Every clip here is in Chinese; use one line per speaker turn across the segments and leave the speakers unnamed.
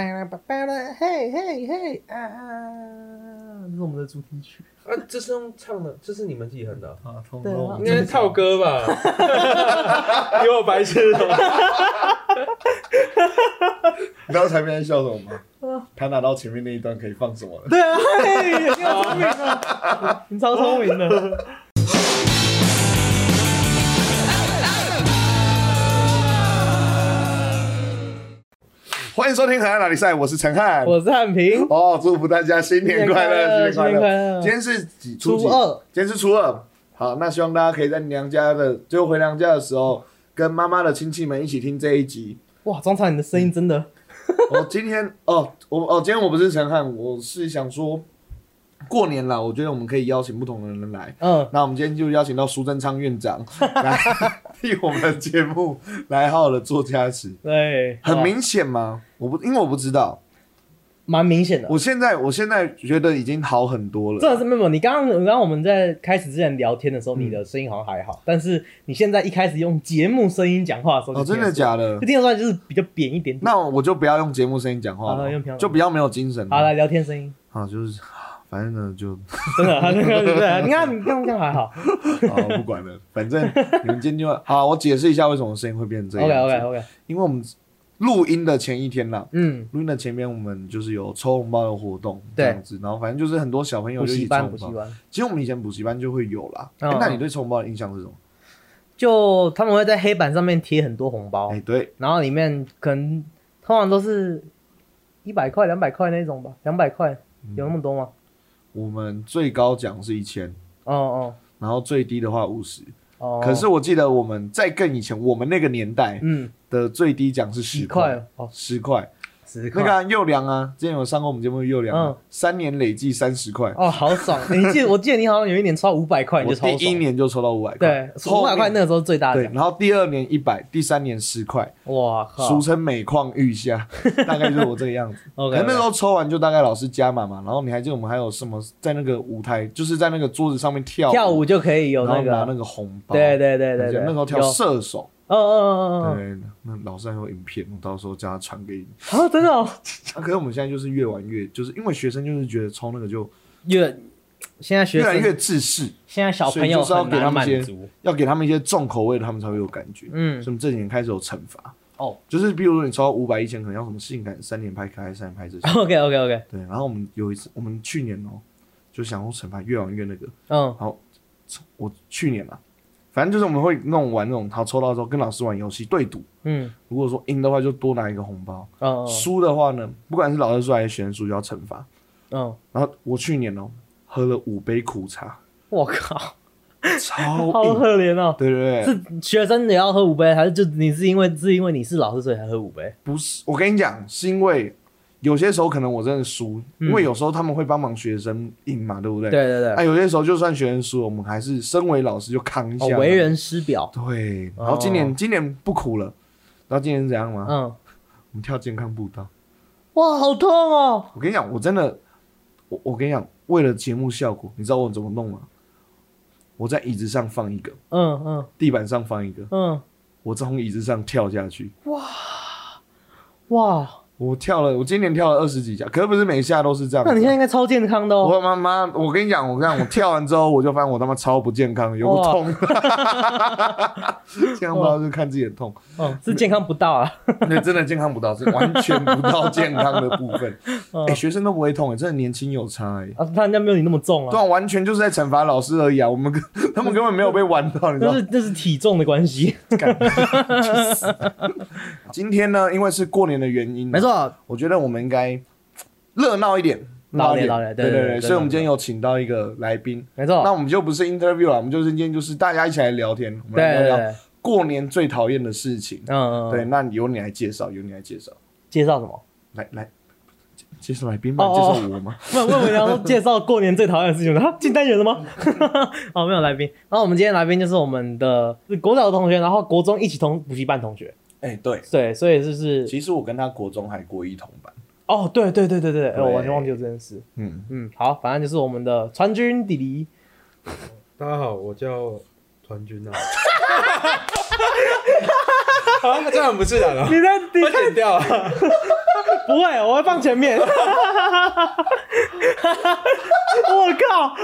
嘿嘿嘿啊啊！这是我们的主题曲
啊，这是用唱的，这是你们自己哼的啊，
啊，通
对啊
通
应该是套歌 吧？给我白痴哦！
你知道裁判在笑什么
啊
吗？他拿到前面那一段可以放什么了？
对啊，嘿你好聪明啊，你超聪明的。
欢迎收听《河岸哪里赛》，我是陈汉。
我是汉平，
哦，祝福大家新年快乐，
新年快乐
今天是几
初
初几？
二，
今天是初二。好，那希望大家可以在娘家的，就回娘家的时候，跟妈妈的亲戚们一起听这一集。
哇，庄长你的声音真的
我今天哦，我哦，今天我不是陈汉，我是想说，过年了，我觉得我们可以邀请不同的人来。
嗯，
那我们今天就邀请到苏贞昌 院长来替我们的节目来好好的做加持。
对，
很
哇
明显吗？我不，因为我不知道。
蛮明显的。
我现在我现在觉得已经好很多
真的
了。
是没有，你刚刚刚刚我们在开始之前聊天的时候，你的声音好像还好，但是你现在一开始用节目声音讲话的时候
哦，
就
真
听得出来，
的假的
就？听得出来就是比较扁一点点。
那我就不要用节目声音讲话
好了用平
了，
常
就比较没有精神。
好，来聊天声音，
好，就是反正呢就
真的，对，你看你看这样还好。
啊不管了，反正你们今天就好。我解释一下为什么声音会变成这
OK
样。
OK OK，
因为我们录音的前一天啦，
嗯，
录音的前面我们就是有抽红包的活动这
对
样子，然后反正就是很多小朋友
补
就一
习
起抽
班补
红
习
包。
班，
其实我们以前补习班就会有啦。
嗯
诶那你对抽红包的印象是什么？
就他们会在黑板上面贴很多红包
哎，，对，
然后里面可能通常都是一百块、两百块那种吧，两百块
嗯
有那么多吗？
我们最高奖是一千，
哦哦
然后最低的话五十。
哦，
可是我记得我们在更以前，我们那个年代
嗯，
的最低奖是
几
十块，
块哦，
十块。
十
那
块
个啊幼良啊，之前有上过我们节目的幼良啊，
嗯
三年累计三十块，
哦，好 爽！欸你记得我记得你好像有一年抽五百块，哦你
我
就超
第
爽。
一年就抽到五百
对
块，，
五百
后
块
面
那个时候最大
对，
奖。
然后第二年一百，第三年十块，
哇靠
俗称每况 愈下，大概就是我这个样子。
！OK，
可能那时候抽完就大概老师加码嘛，然后你还记得我们还有什么在那个舞台，就是在那个桌子上面跳
跳舞就可以有
然后
那
拿
个，
那个红包，
对对对
我
对
记
对
得，那时候跳
有
射手，
哦哦哦哦哦，
对，那老师还有影片，我到时候叫他传给你。
啊，真的哦，
啊，可是我们现在就是越玩越，就是因为学生就是觉得抽那个就
越现在学
越来
生，
越自私，
现在小朋友
所以就是要
很
给他
难
们一
满
些
足。
要给他们一些重口味的，他们才会有感觉。
嗯
所以我们这几年开始有惩罚，
哦
就是比如说你抽到五百、一千，可能要什么性感三连拍、可爱三连拍这些。
，OK OK OK，
对，然后我们有一次，我们去年哦、就想说惩罚越玩越那个。
嗯
我去年啊，反正就是我们会那种玩那种，他抽到之后跟老师玩游戏对赌，
嗯
如果说赢的话就多拿一个红包，
嗯
输的话呢，不管是老师输还是学生输就要惩罚。
嗯，
然后我去年哦、喝了五杯苦茶，
我靠，
超
好
硬，
可怜哦。
对对对，
是学生也要喝五杯，还是就你是因为是因为你是老师所以才喝五杯？
不是我跟你讲，是因为有些时候可能我真的输，因为有时候他们会帮忙学生赢嘛，对不
嗯
对？
对。对对，
那、有些时候就算学生输了，我们还是身为老师就扛一
哦
下。，
为人师表。
对。然后今年、
哦
今年不苦了，然后今年是怎样吗？
嗯，
我们跳健康步道。
哇，好痛哦！
我跟你讲，我真的，我我跟你讲，为了节目效果，你知道我怎么弄吗？我在椅子上放一个，
嗯嗯
地板上放一个，
嗯，
我从椅子上跳下去。
哇，
我跳了，我今年跳了二十几下，可是不是每一下都是这样子。啊
那你现在应该超健康的哦。
我妈妈，我跟你讲，我跟你讲，我跳完之后，我就发现我他妈超不健康，有个
哇
痛， 健康不到就是看自己的痛，
嗯，是健康不到啊。
那真的健康不到，是完全不到健康的部 分。
嗯
哎、学生都不会痛、哎，真的年轻有差、哎，
啊，他人家没有你那么重
对
啊。
啊，完全就是在惩罚老师而已啊，我们跟 他们根本没有被玩到，你知道
那
吗？
是那是体重的关系。
今天呢，因为是过年的原因，
没，错，
我觉得我们应该呃热闹一点，热闹一
闹热闹一点
对
对对
对，
对哦
所以我们今天有请到一个来宾，
没错。
那我们就不是 interview 了，我们就是今天就是大家一起来聊天，我们
对
来
对
聊
对
聊，过年最讨厌的事情。
嗯，嗯
对，
嗯
那由你来介绍，由你来介绍，
介绍什么？
来来介介绍来宾吧，
哦
介
哦
绍我 吗？
问问我然后介绍过年最讨厌的事情， 他进单元了吗？哦，没有来宾。然后我们今天来宾就是我们的是国小的同学，然后国中一起同补习班同学。
哎，对，
对，所以就是
其实我跟他国中还国一同班。
哦，对对对对对，哎
对
我完全忘记了这件事。
嗯，
嗯，好，反正就是我们的川军弟弟，
大家好，我叫团军啊。 啊，这样不自然啊，
你在你
我剪掉啊。
不会，我会放前面。 我靠！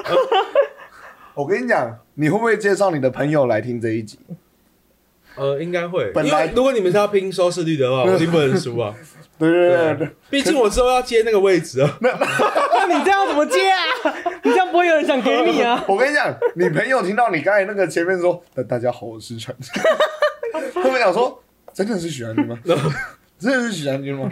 我跟你讲，你会不会介绍你的朋友来听这一集？
呃，应该会。
本
因
来
为如果你们是要拼收视率的话，我一定不能输啊！
对对对对，
毕竟我之后要接那个位置啊。
那你这样怎么接啊？你这样不会有人想给你啊？
我跟你讲，你朋友听到你刚才那个前面说“大大家好，我是 陈”，后面讲说真的是许安君吗？真的是许安 君吗？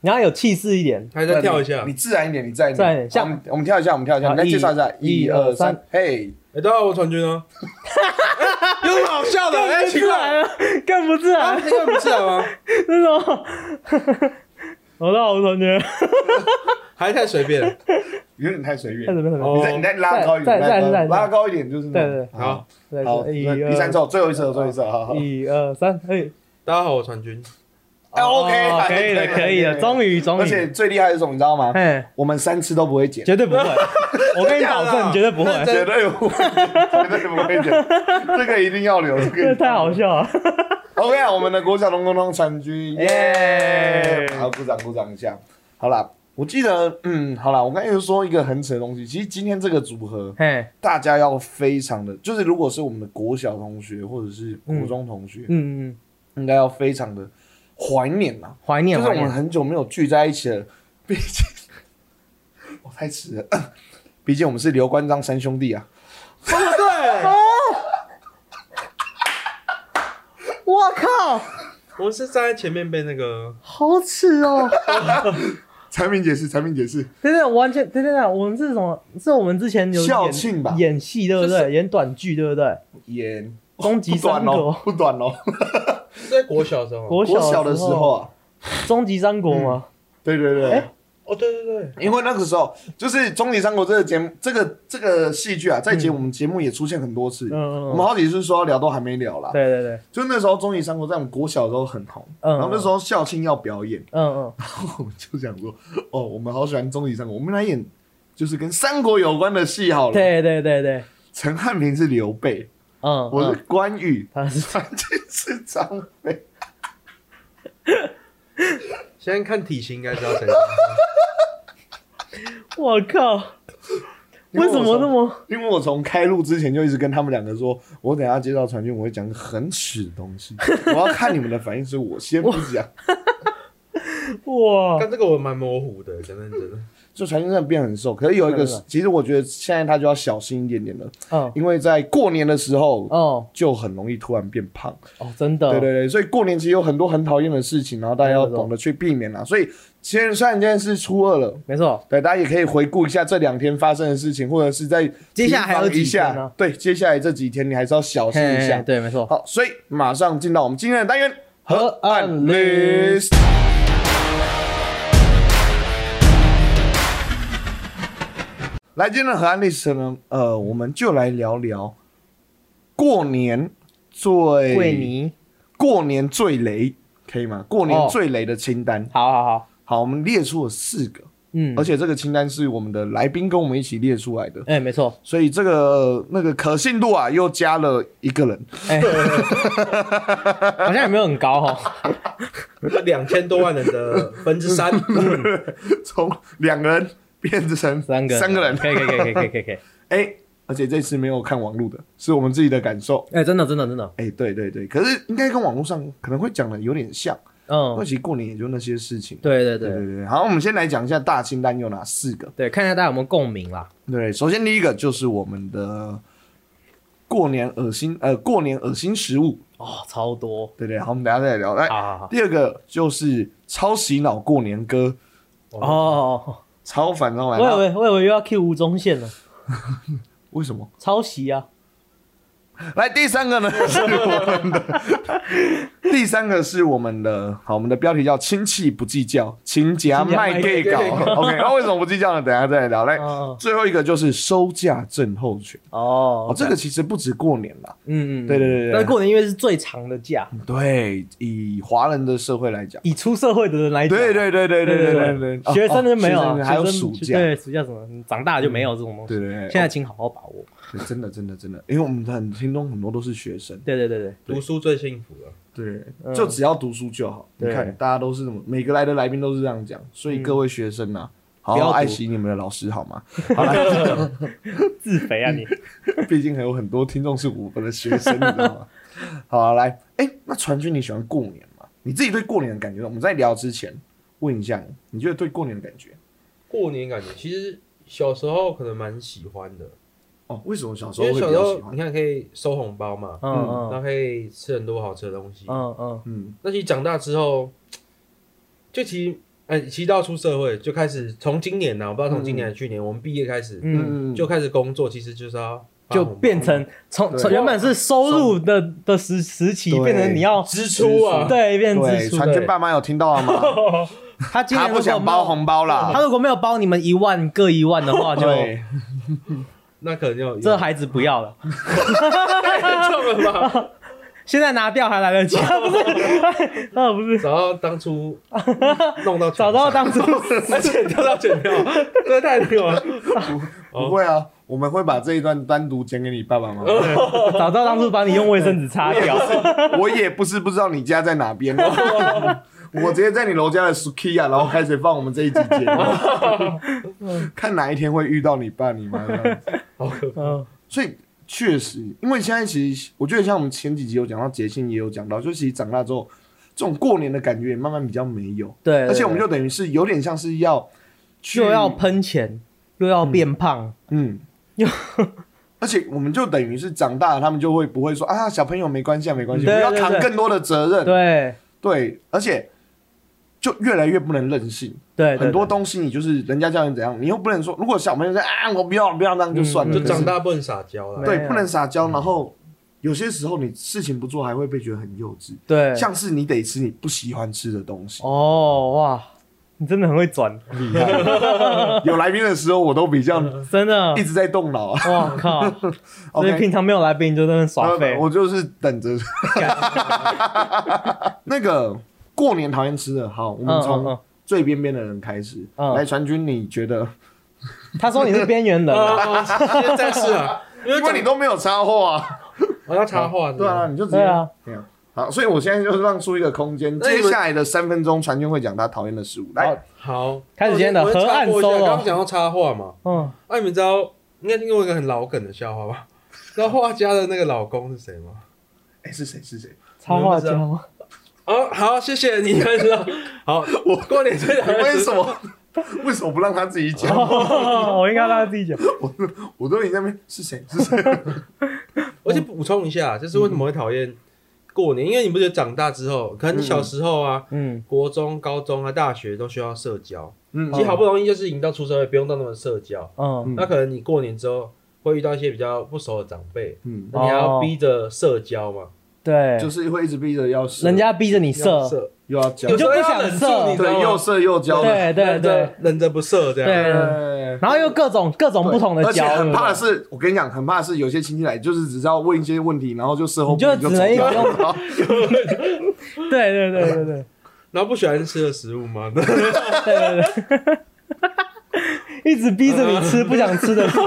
你要有气势一点。
还再跳一下
你。自然一点，你自然一
自然一点
点。
像
好我们我们跳一下，我们跳一下，
好
你再介绍一下，
一
一二
一
三，嘿，
哎，大家好，我是传君 哦。哎有什么好笑的？哎，
更不
奇
自
怪，
然了，更不自然
啊，
了，
那个不是吗？
那种。我的好同学，
还太随便了。
有点太随便
看。怎么样？
你
哦
再你再拉高一
再
点，拉
再
高
再
拉高一点就是那种
对对对
好
好，
再
好，
说一
那第三
二
首，最后一首，最后一首，好好。
一二三，哎
大家好，我是传君。
哎，OK，
哦
好
可以 了，可以了，终于终
而且
于，
最厉害的是什么，你知道吗？
哎，
我们三次都不会剪，
绝对不 会，我跟你保证，绝对不会，
认真
绝对不会剪，绝对不会 剪，这个一定要留，这
这
个
太好。笑 了。
OK，啊我们的国小龙工通传军，耶！
耶
好，鼓掌鼓掌一下。好啦，我记得，嗯，好啦，我刚才又说一个很扯的东西，其实今天这个组合，
嘿，
大家要非常的，就是如果是我们的国小同学或者是国中同学，
嗯嗯，
应该要非常的怀念啊呐、
怀念
就是
怀
我们
念，
很久没有聚在一起了， 毕竟我太迟了，毕竟我们是刘关张三兄弟啊。
说的哦对，
我靠，
我是站在前面被那个
好耻哦！
产品解释，产品解释，
等等，完全等等等，我们是什么？是我们之前有演
校庆吧
演戏对不
就
对？演短剧对不对？
演
终极
不
三
短
国
哦，， 不短哦。
是在国小的时候吗。
国
我小
小
的时候，啊，嗯
终极三国吗？
对对对，
哦哎
哦，对对对，
因为那个时候就是《终极三国》这个节目，这个这个戏剧啊，在节我们节目也出现很多次，
嗯嗯嗯
我们好几次说要聊都还没聊啦。
对对对，
就那时候《终极三国》在我们国小的时候很红，
嗯
然后那时候校庆要表演，
嗯嗯，
我们就想说，哦，我们好喜欢《终极三国》，我们来演就是跟三国有关的戏好了。
对对对对，
陈汉平是刘备，
嗯，
我是关羽，
他是
范进是张飞。
现在看体型应该知道谁。
我靠，
因为
为
我
什么那么？
因为我从开录之前就一直跟他们两个说，我等一下接到传讯，我会讲个很耻的东 西，我要看你们的反应，所以我先不讲。
哇，
但这个我蛮模糊的，讲认真的。
就传讯真的变很瘦，可是有一个
真的，
其实我觉得现在他就要小心一点点了，
嗯，
因为在过年的时候
哦
就很容易突然变胖。
哦，真的，
对对对，所以过年其实有很多很讨厌的事情，然后大家要
没错
懂得去避免
嗯
啦。所以其实虽然现在是初二了。
没错，
对，大家也可以回顾一下这两天发生的事情，或者是在
接下来还有
提防一
几天
下
呢嗯
对，接下来这几天你还是要小心一下
嘿。对，没错，
好，所以马上进到我们今天的单元
河岸 list。
来，今天的河岸 list 呢，呃，我们就来聊聊过年最
桂尼，
过年最雷，可以吗？过年
哦
最雷的清单。
好好好，
好，我们列出了四个，
嗯
而，且这个清单是我们的来宾跟我们一起列出来的，
哎，没错，
所以这个呃那个可信度啊又加了一个人。
哎，好像也没有很高哦哈，
这两千多万人的分之三，嗯
从两个人变成
三个
三个人。
可以可以可以可以可以 可以，
哎、而且这次没有看网络的，是我们自己的感受。
哎，真的真的真的，
哎、对对对，可是应该跟网络上可能会讲的有点像，因为
嗯，
其实过年也就那些事情。
对对
对
对
对对，好，我们先来讲一下大清单有哪四个。
对，看一下大家有没有共鸣啦，
对，首先第一个就是我们的过年恶心，呃，过年恶心食物，
哦，超多，
对对，好，我们等一下再聊。来，
好好好，
第二个就是超洗脑过年歌，
哦，
超烦，超烦。
我以为我以为又要 Q 吴宗宪了，
为什么？
抄袭啊，
来，第三个呢 是我们的，第三个是我们的，好，我们的标题叫“亲戚不计较，亲家卖 gay 搞
亲家卖 gay ”。
OK，那为什么不计较呢？等一下再聊。来，
嗯
最后一个就是收假症候群。
哦
哦，这个其实不止过年啦，
嗯嗯，
对对嗯对对
但是过年因为是最长的假，
对，以华人的社会来讲，
以出社会的人来讲，
对对对对对对对对对，
学生就没有
哦
啊
学，生还有
学生
暑假，
对暑假什么，你长大就没有这种东西。
对对哦对
现在请好好把握。
对真的真的真的，因为我们很听众很多都是学生，
对对对对，
读书最幸福了。
对，就只要读书就好。
嗯
你
对
看，大家都是这么，每个来的来宾都是这样讲，所以各位学生
嗯
啊，好
不要
好
读
爱惜你们的老师 好吗？好啦，
自肥啊你！
毕竟还有很多听众是我们的学生，你知道 吗？好啊，来，哎、那传君你喜欢过年吗？你自己对过年的感觉呢？我们在聊之前问一下你，你觉得对过年的感觉？
过年感觉其实小时候可能蛮喜欢的，
哦，为什么小时
因
候
为
会
小
比
时
较喜
候
欢
你？看可以收红包嘛，
嗯
然后
嗯
可以吃很多好吃的东西。
嗯嗯，
嗯，
那其实长大之后，就其实，哎，其实到出社会就开始，从今年呢、我不知道从今年还是去年，我们毕业开始，
嗯
嗯
就开始工作，其实就是要发
就
红包
变成从
对
从原本是收入的的时时期，
对
变成你要
支出啊，
对变
对，
支出。
传君爸妈有听到了吗？
他今
他
年
不想包红包
包他
啦。
如果没有包你们一万各一万的话，就
对，
那可能要
这孩子不要了。
太 重了吧？
现在拿掉还来得 及，不是？啊，不是，
找到 当初弄到全
找到
上
当初
那剪掉到剪掉，真的太牛了。
不会啊，我们会把这一段单独剪给你爸爸妈妈。
找到当初把你用卫生纸擦掉，
我也不是不知道你家在哪 边，我直接在你楼下的 Sukiya，然后开始放我们这一集节目， 看哪一天会遇到你爸你妈这样 子。
好可怕！
嗯
所以确实，因为现在其实我觉得像我们前几集有讲到节庆，也有讲到，就其实长大之后，这种过年的感觉也慢慢比较没有。
对对对
而且我们就等于是有点像是要去
呃又要喷钱，又要变胖，
嗯， 而且我们就等于是长大了，他们就会不会说啊，小朋友没关系啊，没关系，
对
我要
对
扛
对
更多的责任。
对
对，而且就越来越不能任性，
对，对
很多东西你就是人家叫你怎样，你又不能说，如果小朋友在啊，我不要不要那样就
嗯
算了，
就
可是
长大不能撒娇了。
没
对，
有嗯
不能撒娇，然后有些时候你事情不做还会被觉得很幼稚，
对，
像是你得吃你不喜欢吃的东西。
哦哇，你真的很会转，
厉害， 有来宾的时候我都比较
真的
一，直在动脑啊。
哇哦靠！所以
OK，
平常没有来宾就在那耍废
呃，我就是等着。 那个过年讨厌吃的，好，我们
嗯嗯
从
嗯
最边边的人开始。
嗯
来，传君，你觉得？
他说你是边缘人 啊，
啊，现在是 啊，因为
因为你
长
都没有插话啊，
我要插话，
对啊，，你就直接
对啊，
这样好，所以我现在就是让出一个空间，
那你
接
们
下来的三分钟，传君会讲他讨厌的食物。来
好，
好，
开始今天的
我先
河岸
插播一下
solo
刚刚讲到插话嘛，
嗯，
啊，你们知道应该听过一个很老梗的笑话 吧？知道画家的那个老公是谁吗？
哎，是谁？是谁？
插画家吗？
哦，好，谢谢你，知道。 好，我过年最讨厌
为
吃
什么？ 为什么不让他自己讲？
哦 我应该让他自己 讲。
我都已经在那边是谁？是谁？
而
哦
且补充一下，
嗯
就是为什么会讨厌过年？因为你不觉得长大之后，可能你小时候啊，
嗯，
国中、高中啊、大学都需要社交，
嗯
哦
其实好不容易就是已经到出社会，不用到那么社交。
嗯，
那可能你过年之后会遇到一些比较不熟的长辈，
嗯，
那你还要
哦
逼着社交嘛？
对，
就是会一直逼着要射
人家逼着你
要
射，
社，
又要教
你，就不
有时候
想
要
射
忍住，你知道
对，
吗
又射又教
对
的，
对
忍着
对
忍着不射这样。
对，
对。
然后又各种各种不同的
而且
交，
很
流，
怕的是，我跟你讲，很怕的是有些亲戚来，就是只知道问一些问题，然后就事后
你就
不理就
只
走
能
掉
用
了。
对对对对对
然后不喜欢吃的食物吗？
对对对对，一直逼着你吃不想吃的食 物，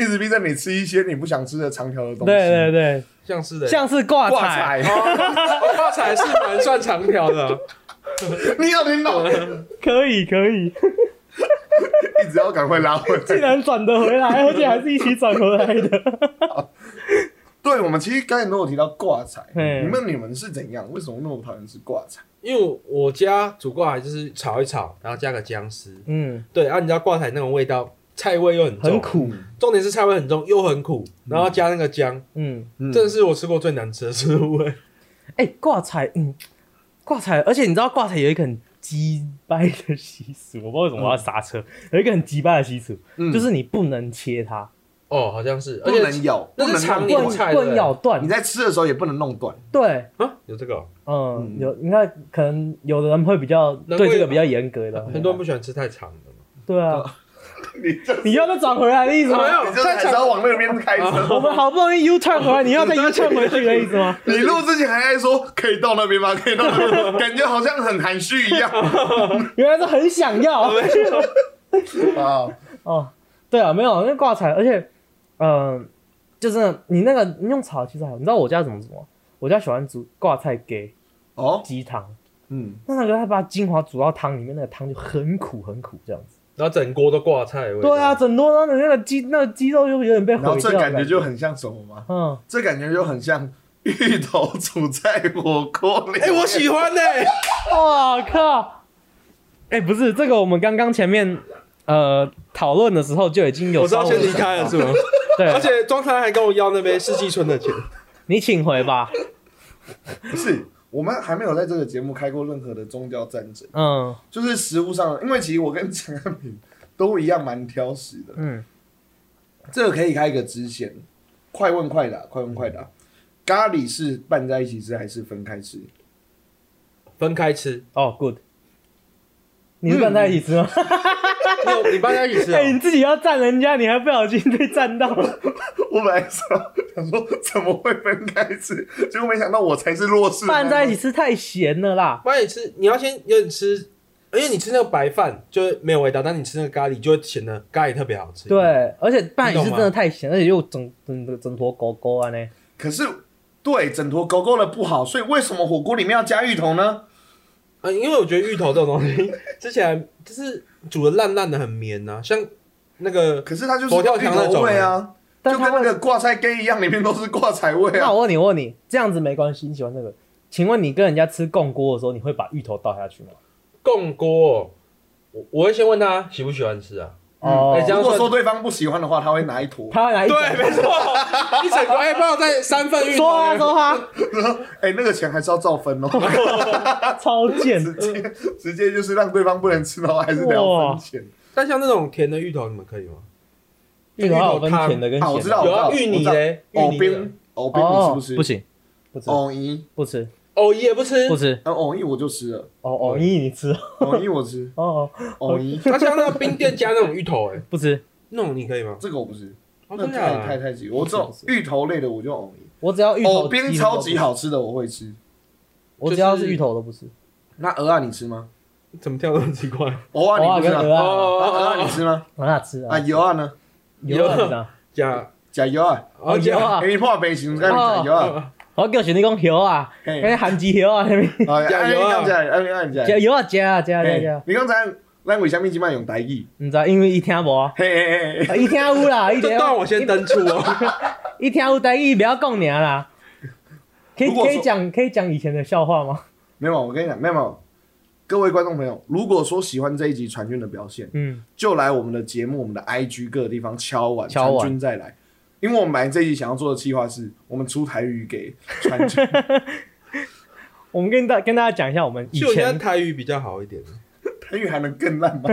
一直逼着你吃一些你不想吃的长条的东西。
对对对，
像是的，
像是挂
挂
彩，
彩，
哦挂彩是蛮算长条的啊，
你有听懂？
可以可以，
一直要赶快拉回
竟
来。
然转得回来，而且还是一起转回来的。
对，我们其实刚才都有提到挂彩，
嗯
你们你们是怎样？为什么那么讨厌吃挂彩？
因为我家煮挂还就是炒一炒，然后加个姜丝。
嗯，
对啊，你知道挂台那种味道，菜味又很重，
很苦，
重点是菜味很重又很苦，然后加那个姜，
嗯，
嗯
这是我吃过最难吃的食物。哎
哎，挂彩，嗯，挂彩，而且你知道挂彩有一个很鸡掰的习俗，我不知道为什么我要刹车，有一个很鸡掰的习俗，
嗯
就是你不能切它，
哦，好像是，而
不能
且
咬，
那
不
是
能
常
弄
棍
年有
断。
菜
棍咬
你
断，
在吃的时候也不能弄断。
对。
啊，有这个哦，
嗯
嗯，
有应该可能有的人会比较
难怪
对这个比较严格的，
很多人不喜欢吃太长的嘛。
对啊，
你这
你要再转回来的意思
没
吗？
有
你这
太
还是
长，
要往那边开
我
车。
们好不容易 U turn 回来，你要再 U turn 回去的意思吗？
你录之前还在说可以到那边吗？可以到那边 吗，感觉好像很含蓄一样
原来是很想要
啊。
哦，对啊，没有那呃挂彩，而且嗯，就是你那个你用炒其实还好，你知道我家怎么煮吗？我家喜欢煮挂菜给
哦，
鸡汤，
嗯，
那那个他把精华煮到汤里面，那个汤就很苦很苦这样子。
然后整锅都挂菜的味道。
对啊，整多那那个鸡那个鸡肉就有点被毁
然
掉
后
的
这
觉，
感觉就很像什么吗？
嗯，
这感觉就很像芋头煮在火锅里。
哎、我喜欢呢、
我靠！哎、不是这个，我们刚刚前面呃讨论的时候就已经有
我知
稍
道
微，
先离开了是吗？
对，
而且庄太还跟我要那杯四季春的钱，
你请回吧。
不是，我们还没有在这个节目开过任何的宗教战争，
嗯
就是食物上的，因为其实我跟陈安平都一样蛮挑食的。
嗯，
这个可以开一个支线，快问快答，快问快答。咖喱是拌在一起吃还是分开吃？
分开 吃。
哦、g o o d 你是跟在一起吃吗？
你有你搬家一起吃、
哎、你
哦？
自己要赞人家，你还不小心被赞到。
我本来想想说怎么会分开吃，结果没想到我才是弱势。
拌在一起，吃太咸了啦。
搬家一起吃，你要先有点吃，因为你吃那个白饭就没有味道，但你吃那个咖喱就会显得咖喱特别好吃。
对，，而且拌一起
你
吃
懂吗
真的太咸，而且又整整整坨狗狗啊呢。
可是对整坨狗狗的不好，所以为什么火锅里面要加芋头呢？
呃，因为我觉得芋头这种东西吃起来就是煮的烂烂的，很绵呐、像那个
可是它就是
佛跳墙那
芋头
种欸
味啊，
但
就
是
跟
它
那
会
个挂菜根一样，里面都是挂菜味
那
啊。
我问你，我问你，这样子没关系，你喜欢这个？请问你跟人家吃贡锅的时候，你会把芋头倒下去吗？
贡锅、哦，我我会先问他喜不喜欢吃啊？
哦
哎这样
如果说对方不喜欢的话，他会拿一 坨。
他会拿一整
对，没错，一整锅哎，帮我再三份芋头。
说啊说啊，
哎、那个钱还是要照分哦，
超贱。
直接直接就是让对方不能吃，然后还是得要分钱。
但像那种甜的芋头，你们可以吗？
芋头还有分
芋头汤
甜的跟咸的。
啊，我知道，
有啊
我知道
芋泥嘞
我
芋泥的
知道藕哦冰，藕冰你
哦，
吃
不，
不吃？
行，不吃，
藕泥，
不吃，
藕哦也不吃，
不吃。
呃，藕泥我就吃了，
哦哦，你你吃哦，
藕泥我吃
哦，
藕泥
它像那个冰店加那种芋头、哎，
不吃。
那种你可以吗？
这个我不吃，
哦，
那
真的
太太
啊？
太急，我这种芋头类的我就藕泥，
我只要芋头
藕哦冰
鸡
超级
都不吃，
好吃的我会吃。
我只要
就是是
芋头都不吃。
那鹅啊，你吃吗？
怎么跳那么奇怪？
藕啊，
偶尔
你不
跟
吃
鹅
啊？
啊，
啊鹅啊，你
哦
吃吗？
我哪吃
啊，
啊？
油啊呢？
有啊，你知道
加
假油啊，
哦有啊哦
哎，你破北行，跟你假油
哦
啊，
我叫想你讲油啊，
嘿
那韩籍油啊，那边
啊，哎
加油啊
你刚才，哎，你刚才，
加油啊，加啊加啊加啊
嘿
加啊，
你刚才，咱为什么今晚用台语？
你知道因为伊听无啊，
嘿嘿 嘿嘿，
伊听有啊啦，伊
这
听
段我先登出哦。
伊听有，但伊不要讲尔啦。可以
如果
可
说
以讲可以讲以前的笑话吗？
没有，我跟你讲，没有没有。各位观众朋友，如果说喜欢这一集传讯的表现，
嗯，
就来我们的节目、我们的 IG 各个地方敲碗，
敲碗
传君再来。因为我们本来这一集想要做的计划是，我们出台语给传君。
我们跟大跟大家讲一下，我们以
其实我觉得
前
台语比较好一点，
台语还能更烂吗？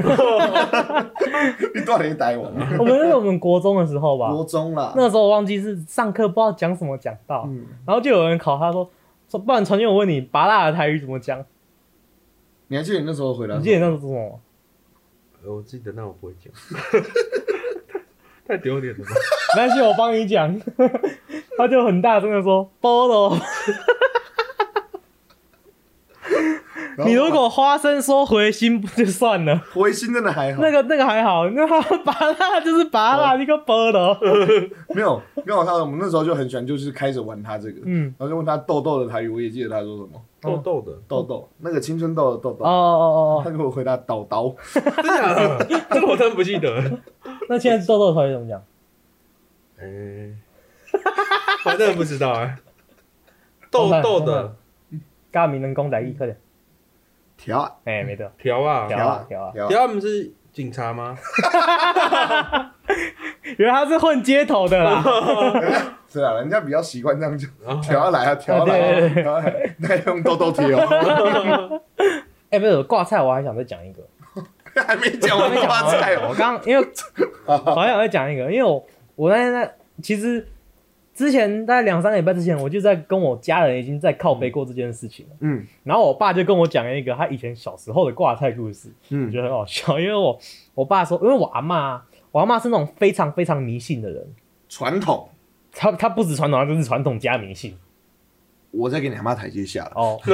你多少年台我？
我们那是我们国中的时候吧，
国中啦，
那时候我忘记是上课不知道讲什么讲到，
嗯
然后就有人考他说说，不然传讯我问你，拔辣的台语怎么讲？
你还记得你那时候回答
你
什
记得
么？
那是什么吗？
呃我记得那我不会讲， 太丢脸 了吧？
没关系，我帮你讲。 他就很大声的说菠萝，
然后
你如果花生说回心不就算了，
回心真的还好，
那个那个还好，那 他拔辣就是拔辣，那个菠萝，
没有。跟我他我们那时候就很喜欢，就是开始玩他这个，
嗯，
然后就问他豆豆的台语，我也记得他说什么
豆豆 的，
豆豆，那个青春痘的豆
嗯哦
豆，
哦
他
哦
给我回答叨叨。
真的 假的？这个我真不记得。
哦，那现在豆豆台语怎么讲？
哎，我真的不知 道哎。豆豆的
咖明能公仔一，快点，
调啊
哎、没 得，
条啊，
条
调啊
调啊
调啊！
条他们是警察吗？
原来他是混街头的 啦，
是啊，人家比较习惯这样就
哦
然后
调啊来啊，调啊
啊对
来
对
啊，
对
调啊来啊，那用豆豆贴 哦，
哎、不是挂菜，我还想再讲一个，
还没讲完
没讲
花
完
菜
我
哦，
刚因 为我还想再讲一个，因为我我那天在其实之前大概两三个礼拜之前，我就在跟我家人已经在靠背过这件事情了。
嗯
然后我爸就跟我讲了一个他以前小时候的挂菜故事，我
嗯
觉得很好笑，因为我我爸说，因为我阿嬷，我阿嬷是那种非常非常迷信的人，
传统，
她她不止传统，她就是传统加迷信。
我再给你阿妈台阶下了，
哦，好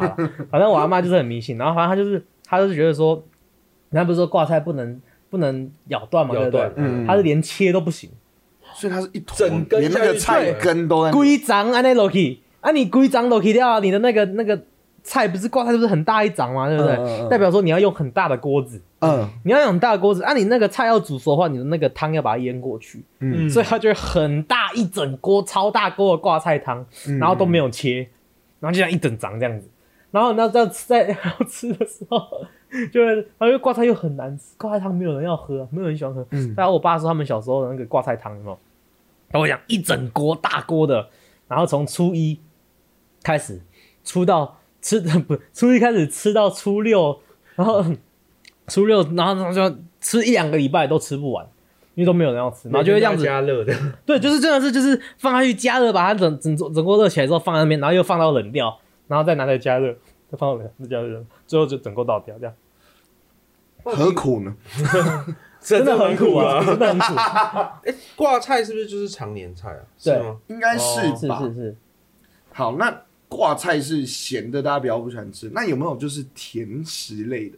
啦反正我阿妈就是很迷信，然后反正她就是她就是觉得说，人家不是说挂菜不能不能咬断嘛，对
咬
不对
断？，
嗯
她是连切都不行，
所以它是一坨，
整根
连那个
下去
菜根都在那里，
规章安尼落去，啊，你规张都 K 掉啊，你的那个那个菜不是挂菜不是很大一张嘛，对不对？
嗯嗯嗯
代表说你要用很大的锅子，
嗯，
你要用很大的锅子啊，你那个菜要煮熟的话，你的那个汤要把它淹过去，
嗯
所以它就会很大一整锅超大锅的挂菜汤，然后都没有切，然后就像一整张这样子，然后那这样吃在 然后吃的时候，就是然后挂菜又很难吃，挂菜汤没有人要喝啊，没有人喜欢喝。
嗯
然后我爸说他们小时候的那个挂菜汤有没有？然后我讲一整锅大锅的，然后从初一开始初到吃不初一开始吃到初六，然后初六然后然后就吃一两个礼拜都吃不完，因为都没有人要吃，然后就会这样子
加热的，
对，就是真的是就是放下去加热，把它整整整锅热起来之后放在那边，然后又放到冷掉，然后再拿来加热，再放到冷再加热，最后就整锅倒掉，这样
何苦呢？
哦真
真
的很苦啊，
啊！哎
真的很苦，
挂菜是不是就是常年菜啊？是
对
吗？
应该是
是
吧？
是是，
好，那挂菜是咸的，大家比较不喜欢吃。那有没有就是甜食类的？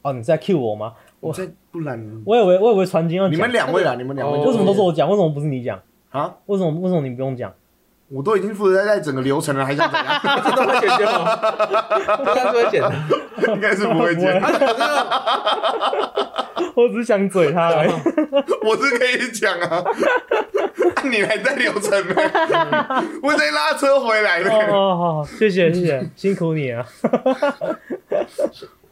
哦，你在 cue 我吗？
我在不然
我以为我以为传经要讲
你们两位啦，你们两位
哦
为什么都是我讲？为什么不是你讲？
啊？
为什么为什么你不用讲？
我都已经负责在整个流程了，还想 怎样？
这都会剪掉吗？这样就会剪的。
应该是不会接，
我只是想嘴他而已。
我是可以讲啊。啊你还在流程呢，我在拉车回来
嗯哦
呢。
哦，好，谢谢谢谢，辛苦你啊。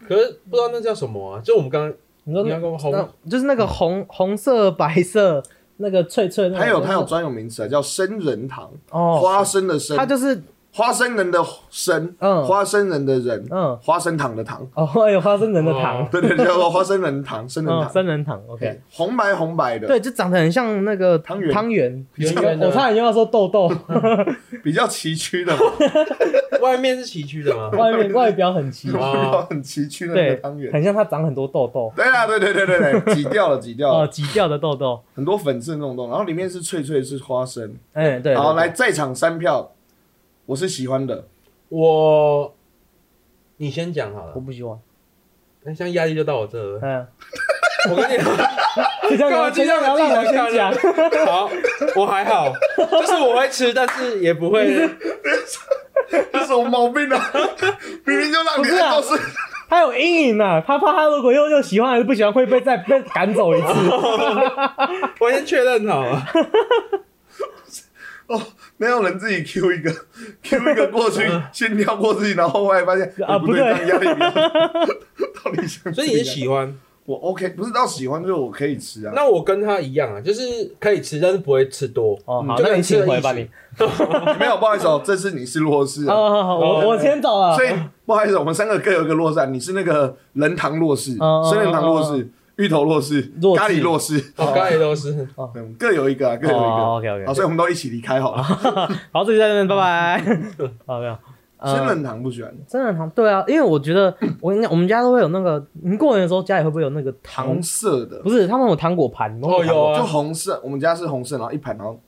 可是不知道那叫什么啊？就我们刚刚
你说
你要跟我红
那就是那个红红色白色那个脆脆那个，
它有它有专有名词啊，叫生人糖，
哦，
花生的生
它，就是
花生仁的生，
嗯
花生仁的仁，
嗯
花生糖的糖，
哦，有花生仁的糖
哦，
对对，叫做花生仁糖，生人
嗯，
糖，
三人糖，OK，
红白红白的，
对，就长得很像那个
汤圆
汤圆，啊
圆圆的
我差点又要说豆 豆，
比较崎岖 的嘛，
哦
外面是崎岖的吗？
外面外表很奇
比
怪，
较很崎岖的那个
对
汤，圆。
很像它长很多豆豆，
对啊，对对对对 对，挤掉了，挤掉
哦，
了，
挤掉的豆豆，
很多粉刺弄洞，然后里面是脆脆是花生。
嗯，对，
好，
对
来，在场三票，我是喜欢的，
我，你先讲好
我
了。
不喜欢，
那像压力就到我 这了。
嗯，
我跟你
就像
干嘛
刚就像刚让我先讲，
讲，好，我 还好，就是我会吃，但是也不会。
这什么毛 病啊？明明就让你
不是啊
按照是，
他有阴影呐，他怕他如果又又喜欢还是不喜欢会被再被赶走一 次，
我先确认好了。
哦，没有人自己 Q 一个，Q 一个 过去，先跳过自己，然后后来发现
啊
哎不对，
不对
这样压力比 较大到底想怎样？
所以你是喜欢，
我 OK，不是到喜欢，就是我可以吃 啊。
那我跟他一样啊，就是可以吃，但是不会吃多。
哦，好，
就
那
跟
你
吃
请
的
回
意
吧
思
你，
没有，不好意思哦，这次你是弱势、
哦，
啊，
好好，我我先走了
所，以不好意思，我们三个各有一个弱势、啊，你是那个人糖弱势，
哦
生人糖弱势，芋头弱势
弱，势
咖喱弱势，
我刚才都是。
嗯，各有一个啊，各有一个。
哦，OK，OK 啊
好，所以我们都一起离开好了。
好，自己在这边，拜 拜，好，没有，呃
生人糖不喜欢，
真的糖，对啊，因为我觉 得我应该我们家都会有那个，你过年的时候家里会不会有那个糖
红？色的
不是，他们有糖果盘。
哦，有
啊。
就
啊，
红色，我们家是红色，然后一盘，然后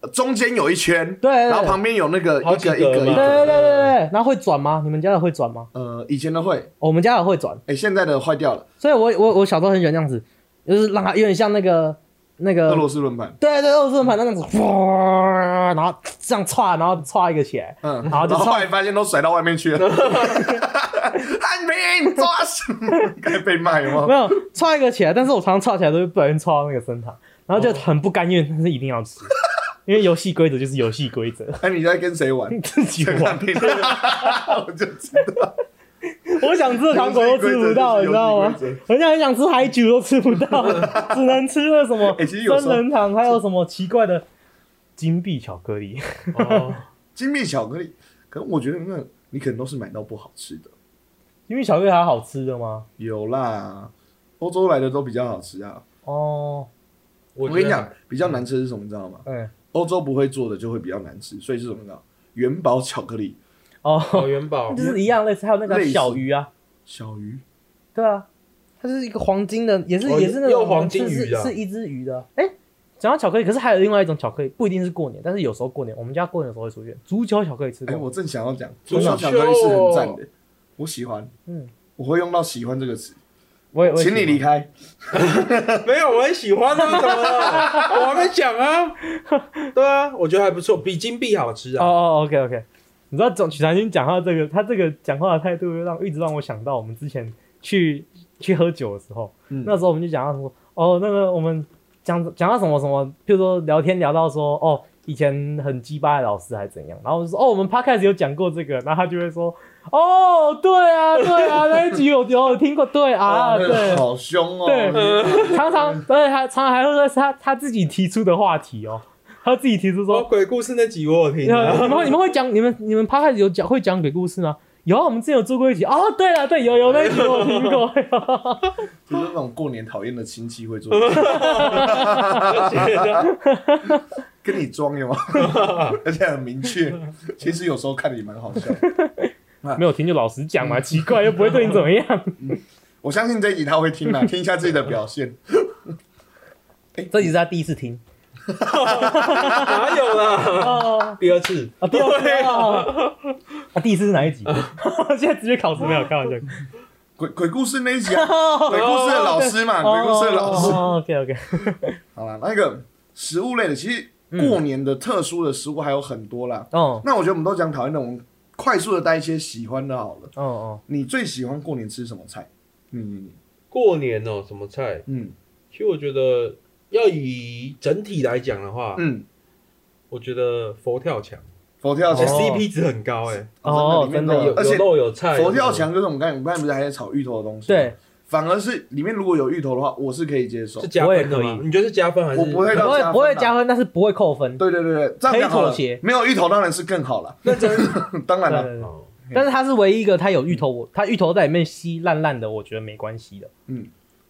呃中间有一圈，
对对
然后旁边有那个
好
一
几
个
个
一个一
对
嘛
个，
对对对对，然后会转吗？你们家的会转吗？哦
呃，以前的会，
我们家的会转，
哎，现在的坏掉了，
所以我我我小时候很喜欢这样子，就是让它有点像那个那
俄
个，
罗斯轮盘，
对对，俄罗斯轮盘那样子，哇然后这样歘，然后歘一个起来，
嗯，
好就
然后后
算
来发现都甩到外 面去了，汉平抓死， 该被骂有吗
没？有歘一个起来，但是我常常歘起来都会不小心歘到那个升糖，然后
哦
就很不甘愿，但是一定要吃，因为游戏规则就是游戏规 则，
哎，你在跟谁玩？
自己玩。
我就知道，
我想吃的糖果都吃不到，你知道吗
游戏规则就是游戏规？
人家很想吃海酒都吃不到， 只能吃那什么
欸其实有时候
生人糖，还有什么奇怪的金币巧克力。
哦，
金币巧克力，可能我觉得那你可能都是买到不好吃的。
金币巧克力还有好吃的吗？
有啦，欧洲来的都比较好吃啊。
哦，
我
我
觉
跟你
得
讲，比较难吃是什么，你知道吗？
嗯，
欧洲不会做的就会比较难吃，所以是什么呢？元宝巧克力，
好
哦，
元宝
就，是一样类似，还有那个
类似
小鱼啊，
小鱼，
对啊，它是一个黄金的，也是
哦
也是那
又
种
黄金
是
鱼的啊
是是一只鱼的。哎，讲到巧克力，可是还有另外一种巧克力，不一定是过年，但是有时候过年，我们家过年的时候会出现足球巧克力吃
哎、
过。
我正想要讲，
足
足
球
球巧克力是很赞的，我喜欢，
嗯，
我会用到喜欢这个词。
我也我也
请你离
开。
开。
没有，我很喜欢啊，怎么了？我还没讲啊。对啊，我觉得还不错，比金币好吃
哦
啊。
哦，OK OK，你知道总许长兴讲话这个，他这个讲话的态度，又让一直让我想到我们之前去去喝酒的时候，
嗯
那时候我们就讲到什么哦，那个我们讲讲到什么什么，譬如说聊天聊到说哦，以前很鸡巴的老师还怎样，然后我就说哦，我们 podcast 有讲过这个，然后他就会说哦，对啊对 啊，那一集有有有听过，对啊
哇那个
对。
好凶哦。
对
你
常常，而且他常常还会说是他他自己提出的话题哦，他自己提
哦
出说
说，哦鬼故事那集我有听啊，
你们你们会讲你们你们 p 开始有讲会讲鬼故事吗？有啊，我们之前有做过一集哦。对了，对，有有那一集我有听 过。
就是那种过年讨厌的亲戚会做的，跟你装有吗？而且很明确，其实有时候看的也蛮好笑的。
没有听就老实讲 嘛，奇怪又不会对你怎么样。
我相信这一集他会听的，听一下自己的表现。
这集是他第一次听
哪有啦？
哦
第二次，
啊，第二次啊，啊第一次是哪一 集？现在直接考试没有开玩笑。
鬼鬼故事那一集啊，鬼故事的老师嘛，
哦
鬼故事的老师。
OK OK，
好了，那个食物类的，其实过年的特殊的食物还有很多啦。
哦
那我觉得我们都讲讨厌的，我们快速的带一些喜欢的好了。
哦哦，
你最喜欢过年吃什么菜？你你你，
过年哦，什么菜？
嗯
其实我觉得要以整体来讲的话，
嗯，
我觉得佛跳墙，
佛跳
而且
墙，
哦
CP 值很高哎，
哦
真的
真的
里面都有
有
而
有
且
肉有菜。
佛跳墙就是我们刚才我们刚才不是还在炒芋头的东西？
对，，
反而是里面如果有芋头的话，我是可以接受
是。加
我也
分
可
的
以
吗？你觉得是加分还是？
我不会
不
到
会不会加分，但是不会扣分。
啊对对对对，这样讲好
可
了
以妥协。
没有芋头当然是更好了，
认真。
当然了。
对对
哦
但是它是唯一一个它有芋头，我它芋头在里面吸烂烂的，我觉得没关系的。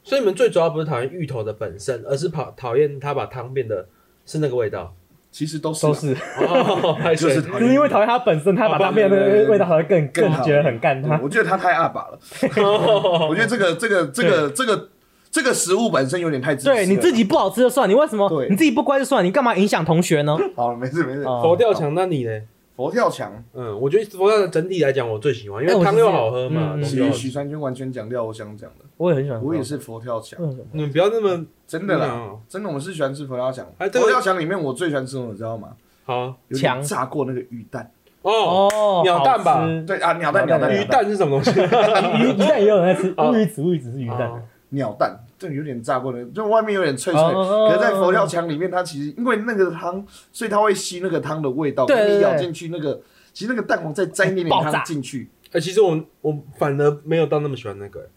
所以你们最主要不是讨厌芋头的本身，而是讨讨厌它把汤变得是那个味道。
其实都是
都
啦
是。
哦，还
啊就是
水
哦讨
只
厌
是因为讨厌它本身，它把它变得那个味道好像更
更
更
好
觉得很干哦
对
它。
我觉得他太阿爸了。我觉得这个这个这个这个这个食物本身有点太自私了。
对你自己不好吃就算，你为什么
对
你自己不乖就算，你干嘛影响同学呢？
好了，没事没事。
哦
佛跳墙，那你呢？
佛跳墙，
嗯，我觉得佛跳墙整体来讲我最喜欢，因
哎
为
我
汤
是这
又
样
好喝嘛。
嗯
东西
其
又
实
好吃
许三圈完全讲掉我想讲的。
我也很喜欢。
我也，是佛跳墙，
嗯，
你们不要那么
真的啦，
嗯
真的我是喜欢吃佛跳墙。
哎这个
佛跳墙里面我最喜欢吃什么，你知道吗？
好
有
墙
点炸过那个鱼蛋。
哦。
哦，
鸟蛋吧
好 吃
对啊，鸟蛋
鸟
鸟
蛋
蛋
鱼
鸟蛋
蛋是什么东西？
鱼鱼蛋也有人在吃，
啊
哦
乌鱼子乌鱼子是鱼蛋
哦，
鸟蛋，对，有点炸过的，就外面有点脆脆，
哦哦哦
可是在佛跳墙里面，它其实因为那个汤，所以它会吸那个汤的味道，
对对
可是你
对
咬进去那个，其实那个蛋黄再沾一点
爆炸
点汤进去。
哎，其实我我反而没有到那么喜欢那个。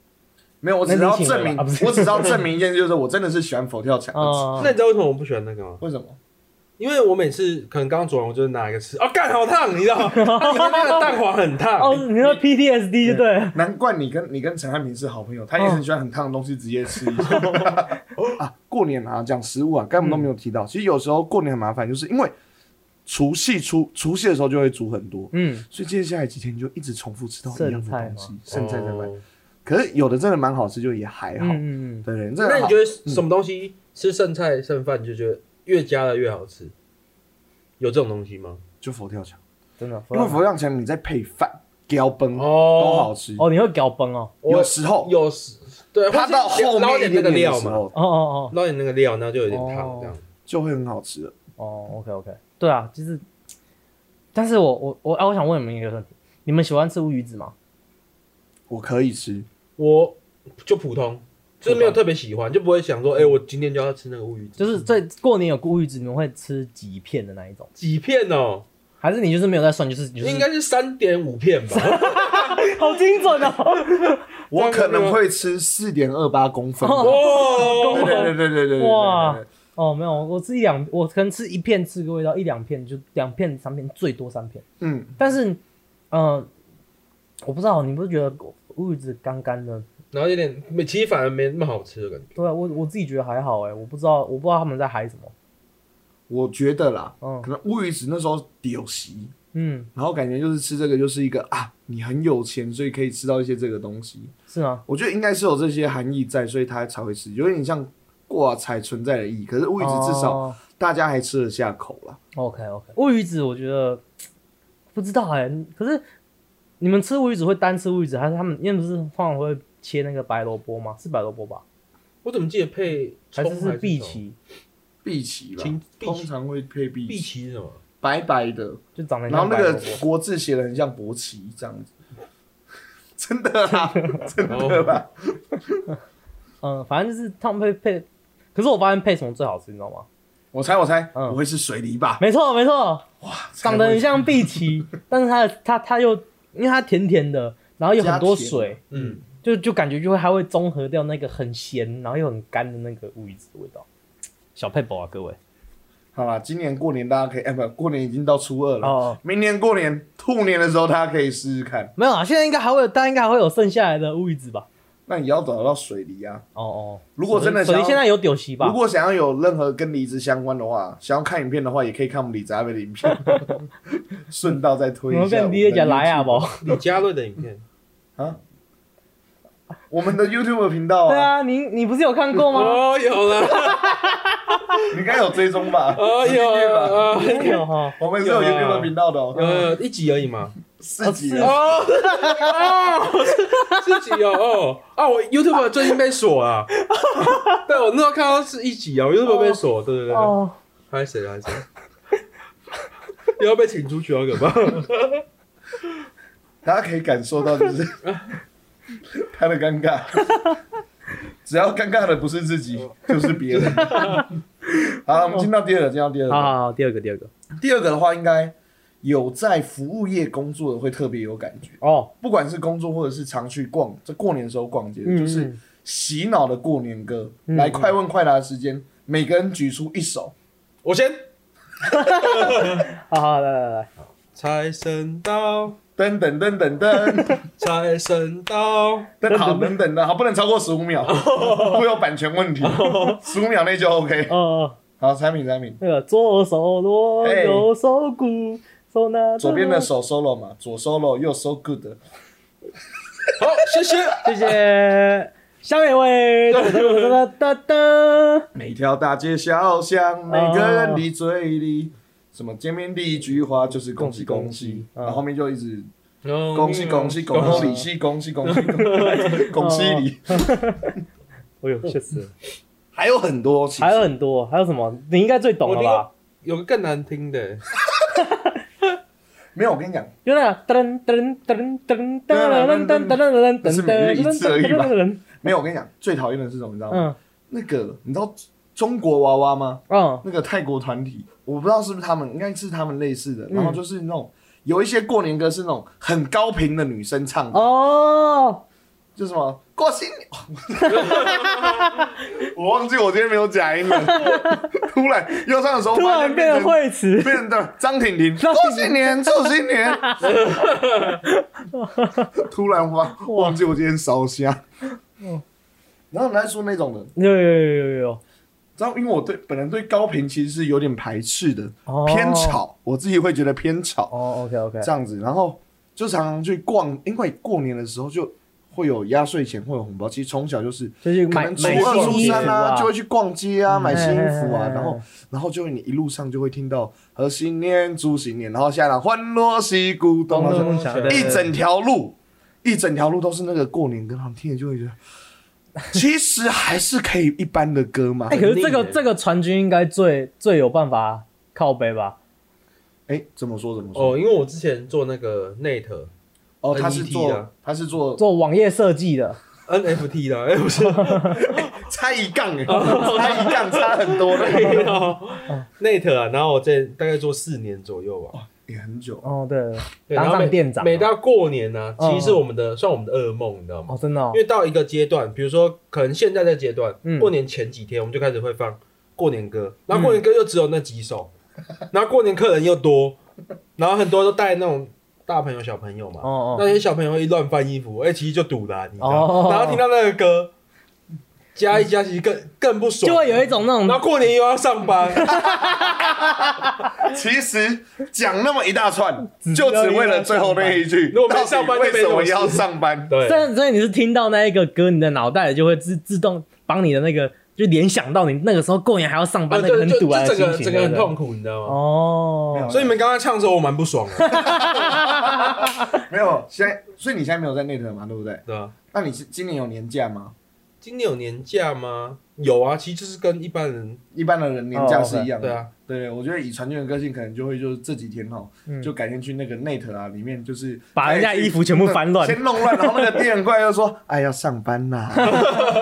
没有，我只是
那
要
你请
证
了
明，
吧啊不是
我只是要证明一件事，就是我真的是喜欢佛跳墙的
哦
那你知道为什么我不喜欢那个吗？
为什么？
因为我每次可能刚煮完，我就拿一个吃，哦，干好烫，你知道 吗？因为那个蛋黄很
哦，
烫。
你说 PTSD 就对了，
难怪你跟你跟陈汉平是好朋友，他也很喜欢很烫的东西直接吃一 下。啊，过年啊，讲食物啊，刚才我们都没有提
嗯
到。其实有时候过年很麻烦，就是因为除夕初除夕的时候就会煮很多，
嗯，
所以接下来几天就一直重复吃到一样的东西，剩菜在卖。
哦
可是有的真的蛮好吃，就也还好。
嗯嗯嗯，
对对，这
那
个
你
好
觉得什么东西吃剩菜剩饭就觉得越加的越好吃？有这种东西吗？
就佛跳墙，
真的，
因为佛跳墙你再配饭、雕崩都
哦
好吃。
哦，你会搞崩哦，
我
有时候
有时对，
它到后
捞
面
点
一
那
点
个
点的
料
时
嘛，
候
哦哦
捞点那个料，那就有点烫
哦
这样。
就会很好吃了。
哦哦，OK OK，对啊，就是，但是我我我啊，我想问你们一个问题，你们喜欢吃乌鱼子吗？
我可以吃，
我就普通，就是没有特别喜欢，就不会想说，哎，我今天就要吃那个乌鱼子，
就是在过年有乌鱼子，你们会吃几片的那一种？
几片哦，
还是你就是没有在算，就是就是
应该是三点五片吧。
好精准哦！
我可能会吃四点二八公分的。对
哦，
对对对对对对，
哦哇
对对对
哦，没有，我吃一两，我可能吃一片吃个味道，一两片就两片三片，最多三片。
嗯，
但是，呃，我不知道，你不是觉得乌鱼子干干的？
然后有点，没其实反而没那么好吃的感觉。
对啊，我我自己觉得还好哎、我不知道，我不知道他们在嗨什么。
我觉得啦，
嗯
可能乌鱼子那时候有席，
嗯，
然后感觉就是吃这个就是一个啊，你很有钱，所以可以吃到一些这个东西。
是吗？
我觉得应该是有这些含义在，所以他才会吃，有点像挂彩存在的意义。可是乌鱼子至少
哦
大家还吃得下口啦。
OK OK，乌鱼子我觉得欸不知道哎、可是你们吃乌鱼子会单吃乌鱼子，还是他们因为不是通常会切那个白萝卜吗？是白萝卜吧？
我怎么记得配
还
葱
是是碧
什么？
琪？
碧琪吧
青，碧
通
琪
常会配碧
碧
琪，
琪是什么？
白白的，
就长得很
然后
像
那
白萝
个
卜。
国字写的很像国旗这样子，真的啊，真
哦
的吧？
嗯，反正就是他们会配，可是我发现配什么最好吃，你知道吗？
我猜我猜
嗯
不会是水梨吧？
没错没错，
才
长得
会
很像碧 琪，但是它的它它又因为它甜甜的，然后有很多
加甜
水，
嗯，
就就感觉就会它会综合掉那个很咸，然后又很干的那个乌鱼子的味道。小配宝啊，各位，
好啦，今年过年大家可以，哎，不，过年已经到初二了。
哦
明年过年兔年的时候，大家可以试试看。
没有啊，现在应该还会有，大家应该还会有剩下来的乌鱼子吧？
那你要找到水梨啊。
哦哦，
如果真的
所以所
想
以
要
现在有酒席吧
如？果想要有任何跟梨子相关的话，想要看影片的话，也可以看我们李子阿贝的影片， 顺道再推
你
一
们
下我
跟
们的
d 姐
YouTube。啊
讲来啊不？
李佳瑞的影片，
我们的 YouTube 频道
对
啊，
啊，你你不是有看过吗？
哦，有了，
你应该有追踪 吧？
哦，有
订阅吧
了，
真的有 哈，
我们是有
有啊
YouTube 频道的哦，
呃，一集而已嘛。
四集啊
哦
了。
哦， 哦，是集哦，哦，啊，我 YouTube 最近被锁了。对，我那时候看到是一集啊，我 YouTube 被锁，对对对，
哦，
还有谁还有谁，又要被请出去，啊好可怕。
大家可以感受到就是他的尴尬，只要尴尬的不是自己，就是别人。好，我们进到第二个，进到第二
好
个。
好好，第二个第二个，
第二个的话，应该有在服务业工作的会特别有感觉，
哦，
不管是工作或者是常去逛，在过年的时候逛街，
嗯
就是洗脑的过年歌，来快问快答的时间，每个人举出一首。
我先，
好好来来来，
财神到，
噔噔噔噔噔
财神到，
噔，好，等等的好，不能超过十五秒，会有版权问题，十五秒内就 OK。
哦，
好，产品产品，
那个左手锣，
哎
右手鼓，手拿着
左边的手 solo 嘛，左 solo 右 so good，
好，谢谢。
谢谢。下面一位，哒哒哒哒哒，
每条大街小巷，每个人的嘴里，什么见面第一句话就是恭喜恭
恭喜
喜，
嗯
然后后面就一直
恭
恭喜恭喜恭喜恭喜恭喜恭喜恭喜你，
哎呦，确实，
还有很多，其实
还有很多，还有什么？你应该最懂了吧？
有个更难听的，
没有，我跟你讲，
就那个噔噔噔噔噔噔噔噔噔噔噔噔噔，
没有，我跟你讲，最讨厌的是什么，你知道吗？
嗯
那个你知道中国娃娃吗？
嗯，
那个泰国团体，我不知道是不是他们，应该是他们类似的。
嗯
然后就是那种有一些过年歌是那种很高频的女生唱的，
哦，
就什么过新年， 我忘记我今天没有假音 了。突然忧伤的时候，
突
发
然变
现变
得
成
会词，
变成的 张婷婷，过新年，祝新年。 突然忘忘记我今天烧香。然后你在说那种人，
有有有有有，
知道，因为我对本人对高频其实是有点排斥的，
哦
偏吵，我自己会觉得偏吵
哦，OK OK，
这样子，然后就常常去逛，因为过年的时候就会有压岁钱，会有红包，其实从小就是。
就是
可
买
能初
买
二、初
新衣
三
服
啊，就会去逛街啊，买新衣服啊，
嗯
然后，然后就你一路上就会听到“和新年祝新年”，然后下来“欢乐喜鼓咚”，然后就
咚
一整条路，一整条路都是那个过年歌，然后听着就会觉得，其实还是可以一般的歌嘛
哎、。可是这个
很腻耶
这个传军应该最最有办法靠背吧？
哎，怎么说怎么说？
哦，因为我之前做那个 Net
哦，他是
NET 啊
做他是做
做网页设计的，
NFT 的，哎，不 是。
差一杠哎，差一杠差很多的，
哦 Net 啊，然后我这大概做四年左右啊吧，
也很久。
哦，对，
对
当
然后
上
每
店长啊
每到过年呢、
嗯
其实是我们的、算我们的噩梦，你知道吗？
哦，真的、哦
因，为到一个阶段，比如说可能现在这阶段，
嗯
过年前几天我们就开始会放过年歌，然后过年歌又只有那 几首，然后过年客人又多，然后很多都带那种大朋友小朋友嘛，
哦哦
那些小朋友会乱翻衣服，哎、其实就堵了、你知道吗，
哦
然后听到那个歌。加一加，其实更更不爽，
就会有一种那
然后
种
过年又要上 班，
其实讲那么一大串，就只为了最后那一句。
如果没上班
到底为什么
就没什么事
要上班？
对，
虽然所以你是听到那一个歌，你的脑袋就会自自动帮你的那个就联想到你那个时候过年还要上班，
啊，
那个
对，
很
就就
堵啊的
整
心
个
情，
整个
对
很
不对
痛苦，你知道吗？
没有
哦，
所以你们刚刚呛的时候，我蛮不爽的，
没有，现在所以你现在没有在内特嘛，对不对？
对吧？啊
那你是今年有年假吗？
今年有年假吗？有啊，其实就是跟一般人
一般的人年假是一样的。
对啊，
对，我觉得以传俊的个性，可能就会就是这几天哦，
嗯
就改天去那个 net 啊里面，就是
把人家衣服全部翻乱
先弄乱，然后那个店员过来又说：“哎，要上班啦，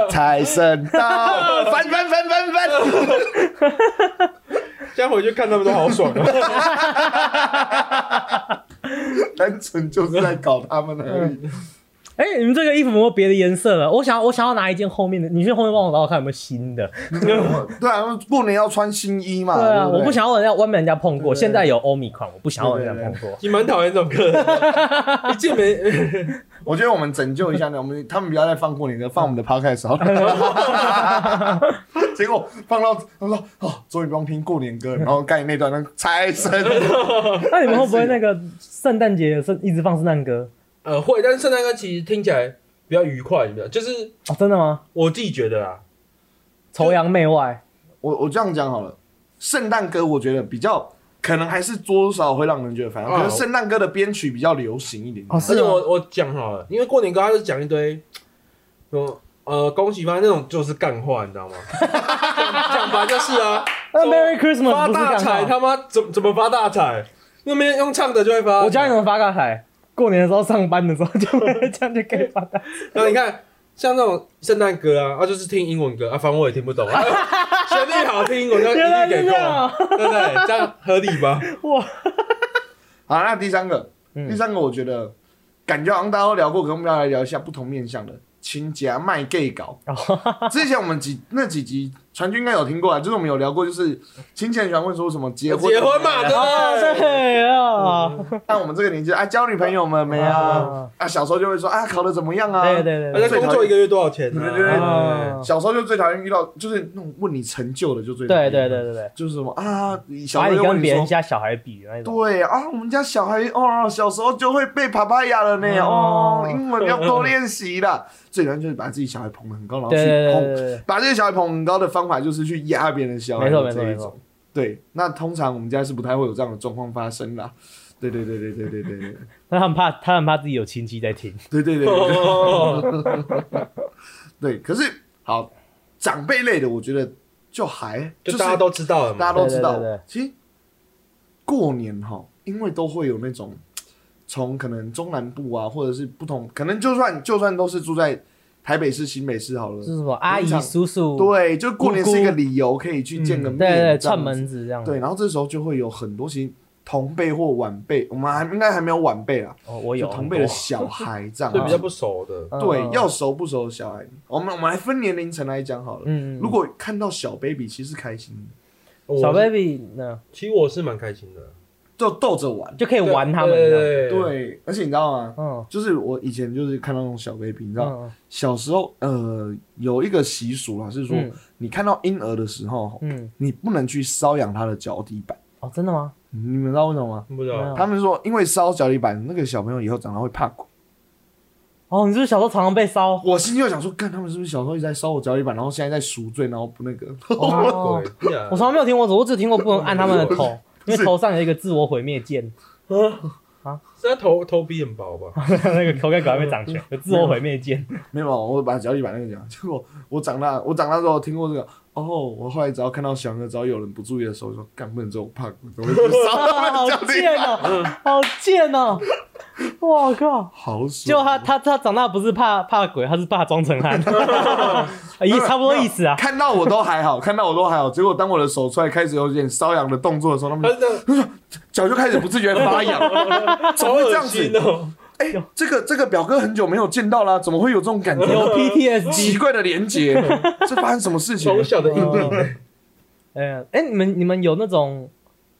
财神到，翻翻翻翻翻。
现在回去看他们都好爽啊。”
单纯就是在搞他们而已。
哎、你们这个衣服有没有别的颜色了？我想要，我想要拿一件后面的，你去后面帮我找找看有没有新的。
对啊，过年要穿新衣嘛。
对啊，
对
我不
对。
想要人家外面人家碰过，
对对对
现在有欧米款，我不想要人家碰过。
你蛮讨厌这种客人的，一见没
我觉得我们拯救一下呢，我们他们不要再放过年歌，放我们的 podcast 好了。 结果放到他说：“哦，终于不用听过年歌。”然后盖那段那财神
那你们会不会那个圣诞节圣一直放圣诞歌？
呃会，但是圣诞歌其实听起来比较愉快，你知道，就是
哦，真的吗？
我自己觉得啊，
崇洋媚外，
我我这样讲好了，圣诞歌我觉得比较可能还是多少会让人觉得烦，
哦
可是圣诞歌的编曲比较流行一点。
哦是
而且
吗
我我讲好了，因为过年歌他就讲一堆，嗯呃恭喜发财那种就是干话，你知道 吗？讲白就是啊，
那 Merry
发
Christmas 不是
大
干
财
话？
他妈怎怎么发大财？那边用唱的就会发，
我教你怎么发大财。过年的时候上班的时候就这样就可以发大财。
然后你看，像那种圣诞歌啊，啊就是听英文歌啊，反正我也听不懂啊， 旋律好听，我就一
原来
律
是
给
这
过，
样啊
对不对？这样合理吧？
哇，
好，那第三个，
嗯
第三个我觉得感觉好像大家都聊过，可我们要来聊一下不同面向的亲家卖 gay 搞。
哦
之前我们几那几集传军应该有听过啊，就是我们有聊过，就是亲戚很喜欢问说什么结婚
结婚嘛，
哎
对
啊，
不对？
对啊，
那我们这个年纪啊，交女朋友们没啊
啊？
啊，小时候就会说啊，考的怎么样啊？
对对
而
对
且工作一个月多少钱呢？
对对对
啊
小时候就最讨厌遇到，就是那种问你成就的就最讨厌
对对对对对，
就是什么啊，小
把
时候
你
就问
跟别人
说，
家小孩比那种。
对啊，我们家小孩哦，小时候就会背爸爸牙了呢，
哦
哦，英文要多练习啦。最难就是把自己小孩捧得很高，然后去
对对对对
捧，
对对。
把这些小孩捧很高的方法就是去压别人的小孩，
没错没错
这一
没
种
错。
对，那通常我们家是不太会有这样的状况发生啦。对对对对对对对对
他很怕，他很怕自己有亲戚在听。
对对对对
哦，
对。可是好，长辈类的我觉得就还
就是大家都知道了
大家
嘛。
都知道，
对对对对
其实过年哈，因为都会有那种从可能中南部啊，或者是不同，可能就算就算都是住在台北市、新北市好了
是，什么阿姨
常、
叔叔，
对，就过年
姑姑
是一个理由可以去见个面，
对对，
这
串
样子
门子这样。
对，，然后这时候就会有很多其实同辈或晚辈，我们还应该还没有晚辈啊，
哦，我
就
有嗯
同辈的小孩这样
对比较
子，
不熟的，
对，要熟不熟的小孩，我们我们来分年龄层来讲好了。
嗯，
如果看到小 baby，其实开心的，
我
小 baby 呢，
其实我是蛮开心的，
就逗着玩。
就可以玩他们
对
的。
对对，
对，而且你知道吗？
嗯，
就是我以前就是看到那种小 baby，你知道，
嗯
小时候呃有一个习俗啦，是说、
嗯
你看到婴儿的时候，
嗯，
你不能去搔痒他的脚底板。
哦，真的吗？
你们知道为什么吗？
不知道
嗯
他们说，因为搔脚底板，那个小朋友以后长大会怕鬼。
哦，你是不是小时候常常被烧？
我心里就想说，看他们是不是小时候一直在搔我脚底板，然后现在在赎罪，然后不那个。
哦
鬼啊呀
我从来没有听过，我只听过不能按他们的头，因为头上有一个自我毁灭键，
是他头头皮很 薄吧？
那个头盖骨还没长全，有自我毁灭键。
没有，我把脚底板那个讲。结果我长大，我长大之后听过这个。哦，我后来只要看到小哥，只要有人不注意的时候，我说干不能只有我怕鬼，怎么会去搔
啊，
他
好
们脚底
贱
板？
哦，好贱哦！我靠！
好爽！
就他他他长大不是怕怕鬼，他是怕庄成汉，也差不多意 思啊。
看到我都还好， 看到我都还好。结果当我的手出来开始有点瘙痒的动作的时候，他
他
们
呃
是这 样，
脚就开始不自觉地 发痒。怎么会这样子
好恶心 哦？
哎、这个这个表哥很久没有见到啦，怎么会有这种感觉？
有 PTSD
奇怪的 连结，这发生什么事情？
从小的阴影，
呃，哦 哎、你们你们有那种，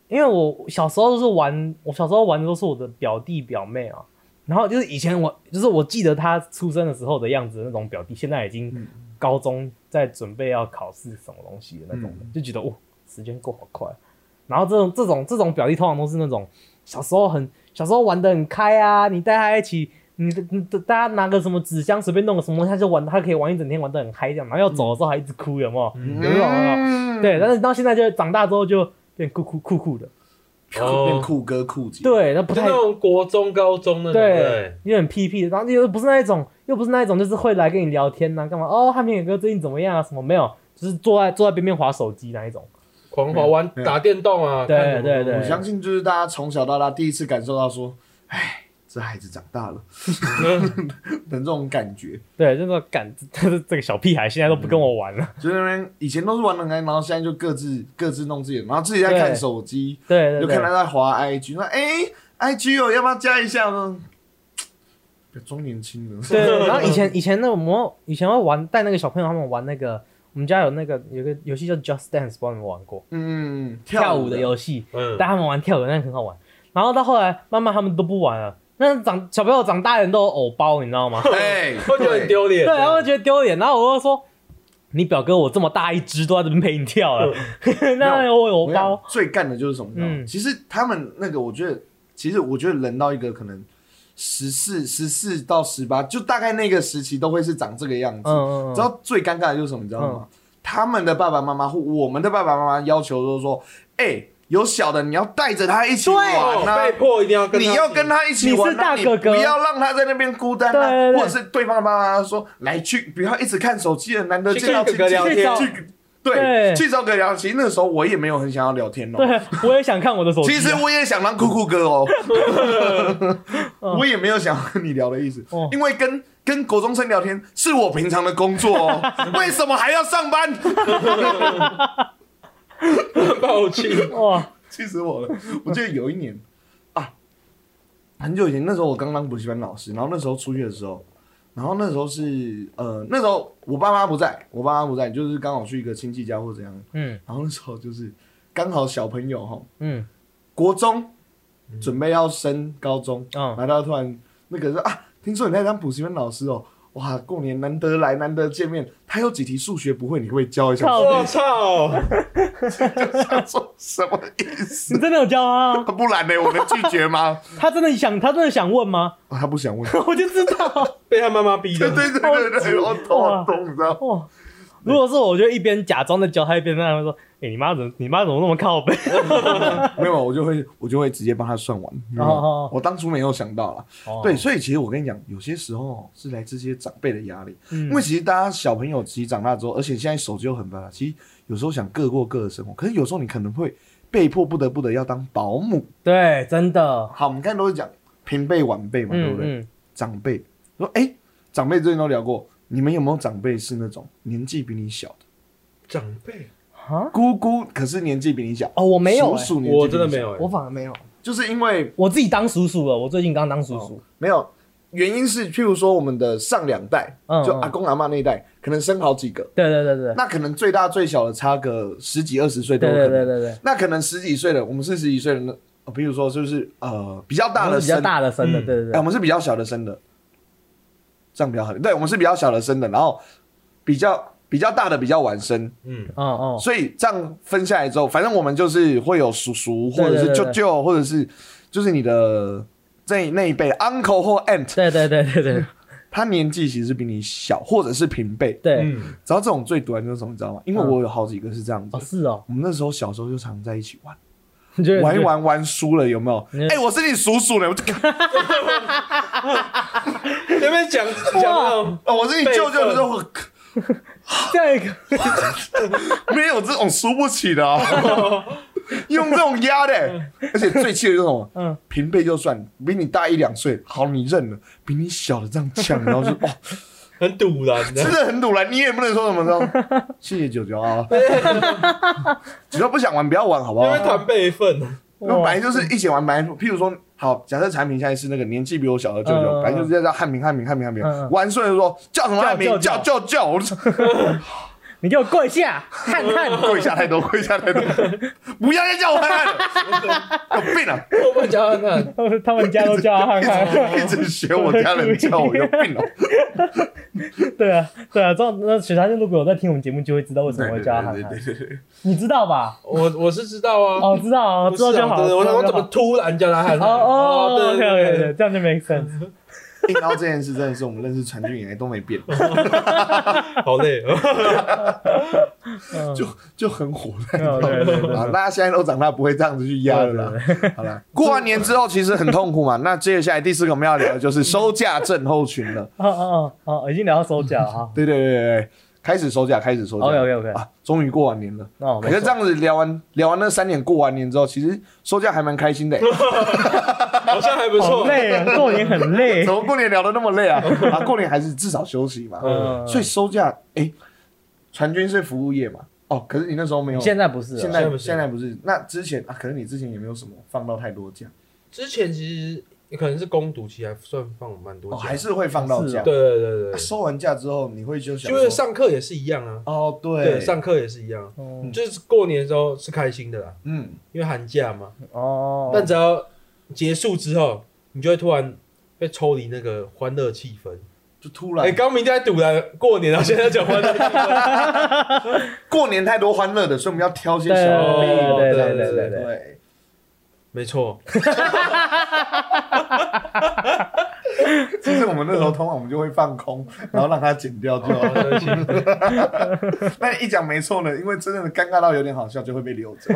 因为我小时候都是玩，我小时候玩的都是我的表弟表妹啊。然后就是以前我，就是我记得他出生的时候的样子，那种表弟，现在已经高中在准备要考试什么东西的那种的，就觉得哇，时间过好快。啊然后这种这种这种表弟通常都是那种小时候很小时候玩的很开啊，你带他一起你的你的大家拿个什么纸箱随便弄个什么东西，他就玩，他可以玩一整天，玩得很嗨这样。然后要走的时候还一直哭，有没有？有没有？有没有对，但是到现在就长大之后就变酷酷酷酷的，
变
哦，
酷哥酷姐，，
对，那不
就
太
那种国中、高中那种，
对
对，，
有点屁屁的，然后又不是那一种，又不是那一种，就是会来跟你聊天呐、干嘛？哦，汉平哥最近怎么样啊？什么没有？就是坐在坐在边边划手机那一种。
狂滑玩
没有
打电动啊，
对
看什么
对
我
对
相信就是大家从小到大第一次感受到说，哎，这孩子长大 了的这种感觉。
对，就说干， 这这这个小屁孩现在都不跟我玩了。
就那边以前都是玩的开，然后现在就各自各自弄自己的，然后自己在
对
看手机，
对对
就
对
看他，在滑 IG，说哎、IG 哦，要不要加一下呢？嘖装年轻 的，
对。对然后以前以前那种魔，以前会玩带那个小朋友他们玩那个，我们家有那个有个游戏叫 Just Dance，不知道你们玩过
嗯，
跳
舞
舞的游戏，
嗯，
带他们玩跳舞，那很好玩。然后到后来慢慢他们都不玩了，那长小朋友长大人都有偶包，你知道吗？
哎，
会觉得很丢脸，啊
对，然后觉得丢脸，然后我就说，你表哥我这么大一只都在这边陪你跳了， 那我有
我跟你讲
包，
最干的就是什么？你知道吗
嗯
其实他们那个，我觉得，其实我觉得人到一个可能十四、十四到十八，就大概那个时期都会是长这个样子。
嗯嗯嗯，
知道最尴尬的就是什么，你知道吗？他们的爸爸妈妈或我们的爸爸妈妈要求都说：“哎、有小的你要带着他一起玩
哦
啊
被，迫一定要跟
你要 跟
他
他一起玩、啊，
你是大哥哥
你不要让他在那边孤单啊。
对对对
或者是对方的爸爸妈妈说：“来去，不要一直看手机了，难得
去
见到
跟
亲
哥哥
戚
聊
去
天
找，
去对，
对
去找个聊。其实那时候我也没有很想要聊天哦。
对，我也想看我的手机啊，
其实我也想当酷酷哥 哦，我也没有想跟你聊的意思
哦，
因为跟跟国中生聊天是我平常的工作哦， 为什么还要上班？
暴气，
哇，
气死我了！我记得有一年啊，很久以前，那时候我刚当补习班老师，然后那时候出去的时候，然后那时候是呃，那时候我爸妈不在，我爸妈不在，就是刚好去一个亲戚家或怎样，
嗯
然后那时候就是刚好小朋友哈，
嗯
国中准备要升高中，
嗯
然后他突然那个说啊，听说你在当补习班老师哦，哇，过年难得来，难得见面，他有几题数学不会，你会教一下？
靠
我操，
他说什么意思？
你真的有教啊？
不然呢？我能拒绝吗？
他真的想，他真的想问吗？
啊他不想问。
我就知道，
被他妈妈逼
对
的，
对对对对，我懂我懂，你知道吗？
哇。哦如果是我，我就一边假装在教他，一边在那边说：“哎、你妈怎么，你妈怎么那么靠背
没有，我就会我就会直接帮他算完。没有
哦哦
我当初没有想到啦。？”
哦
对，，所以其实我跟你讲，有些时候是来自这些长辈的压力，
嗯
因为其实大家小朋友其实长大之后，而且现在手机又很发达，其实有时候想各过各的生活，可是有时候你可能会被迫不得不的要当保姆。
对，真的，
好，我们刚才都是讲平辈晚辈嘛，对
嗯
不对？
嗯，
长辈说，哎、长辈之前都聊过，你们有没有长辈是那种年纪比你小的
长辈，
啊，
姑姑，可是年纪比你小？
哦，我没有、欸，
叔叔年纪
我真的
比你
没
小，
有欸，
我反而没有，
就是因为
我自己当叔叔了，我最近刚当叔叔，
没有，原因是譬如说我们的上两代，
嗯
就
嗯
阿公阿妈那一代，可能生好几个，
对对对对，
那可能最大最小的差个十几二十岁都
对
有可
对
能。
对对对，
那可能十几岁的，我们是十几岁的呢，呃比如说就是呃比较大
我们
的
比较
生，
大的生的，
嗯
对对
哎，
对
我，们是比较小的生的，这样比较好。对，我们是比较小的生的，然后比较比较大的比较晚生，
嗯，
嗯嗯，
所以这样分下来之后，反正我们就是会有叔叔或者
对
是
对对
舅
对
舅，或者是就是你的这那一辈 uncle 或 aunt。
对对对对 对
他年纪其实比你小，或者是平辈。
对，嗯
嗯，
然后这种最毒的就是什么，你知道吗？因为我有好几个是这样子。
哦是哦，
我们那时候小时候就常在一起玩，
你觉得
玩一，玩玩输了有没有？
嗯
哎、我是你叔叔呢，我就
那边讲讲那种
哦，我是你舅舅的时候，
这样一个，
我没有这种输不 起的、啊，用这种压的、而且最气的就是什么？
嗯，
平辈就算比你大一两岁，好你认了，比你小的这样呛，然后就哦，
很堵然
真
的，
的很堵了，你也不能说什么说，谢谢九九啊， 只要不想玩不要玩好不
那
好？
边谈辈分，
那本
哇
来就是一起玩，本来譬如说，好，假设产品现在是那个年纪比我小的舅舅，
嗯
本来就是叫汉平，汉平，汉平，汉平
嗯，嗯
玩顺就说叫什么汉平，
叫
叫叫叫，我就
你给我跪下， 看看，
跪下太多，跪下太多，不要再叫我汉汉了，有病啊！
我们讲看，
他们家都叫他看看，
一直学我家人叫我，有病哦！
对啊对啊，这样那许长生如果有在听我们节目，就会知道为什么会叫他看看，
对对，
你知道吧？
我我是知道啊，
哦，知道哦，
不
知道
是
就
啊
好，
对
知
我
道
想我
就
怎么
好。
突然叫他喊，
哦哦
对
，OK
对
OK
对
对，这样就 make sense。
硬凹这件事真的是我们认识传俊以来都没变，
好累。
就就很火
对对对对
啊！大家现在都长大，不会这样子去压了啦。好啦，过完年之后其实很痛苦嘛。那接下来第四个我们要聊的就是收假症候群了。
哦哦哦哦，已经聊到手脚了哈。
对对对对对，开始收假，开始收假。
OK，OK，OK
啊，终于过完年了。
哦
我
没
觉得
错
这样子聊完聊完那三年，过完年之后，其实收假还蛮开心的、
好像还不
好
错。
累啊，过年很累
怎。么过年聊得那么 累啊？啊，过年还是至少休息嘛。
嗯
所以收假，哎、传军是服务业嘛？哦，可是你那时候没有。
现在不是了，啊
现
现
在
在
不是
现在不是，那之前啊，可能你之前也没有什么放到太多假，
之前其实也可能是攻读，其实还算放蛮多
哦，
假，
还是会放到
是
假。
啊
对对对
啊
对，
收完假之后，你会就想
就是
说
上课也是一样啊，
哦，对
对，上课也是一样，啊
嗯
就是过年的时候是开心的啦，
嗯，
因为寒假嘛，
哦，
但只要结束之后，你就会突然被抽离那个欢乐气氛。
就突然、
哎，刚明天在赌了过年，然后现在讲欢乐气氛，
过年太多欢乐的，所以我们要挑些
对
小
哦
对对
对
对对
对
对，
对，
没错，
其实我们那时候通常我们就会放空，然后让它剪掉就好
哦
了。
对不起
但一讲没错呢，因为真的尴尬到有点好笑，就会被留着。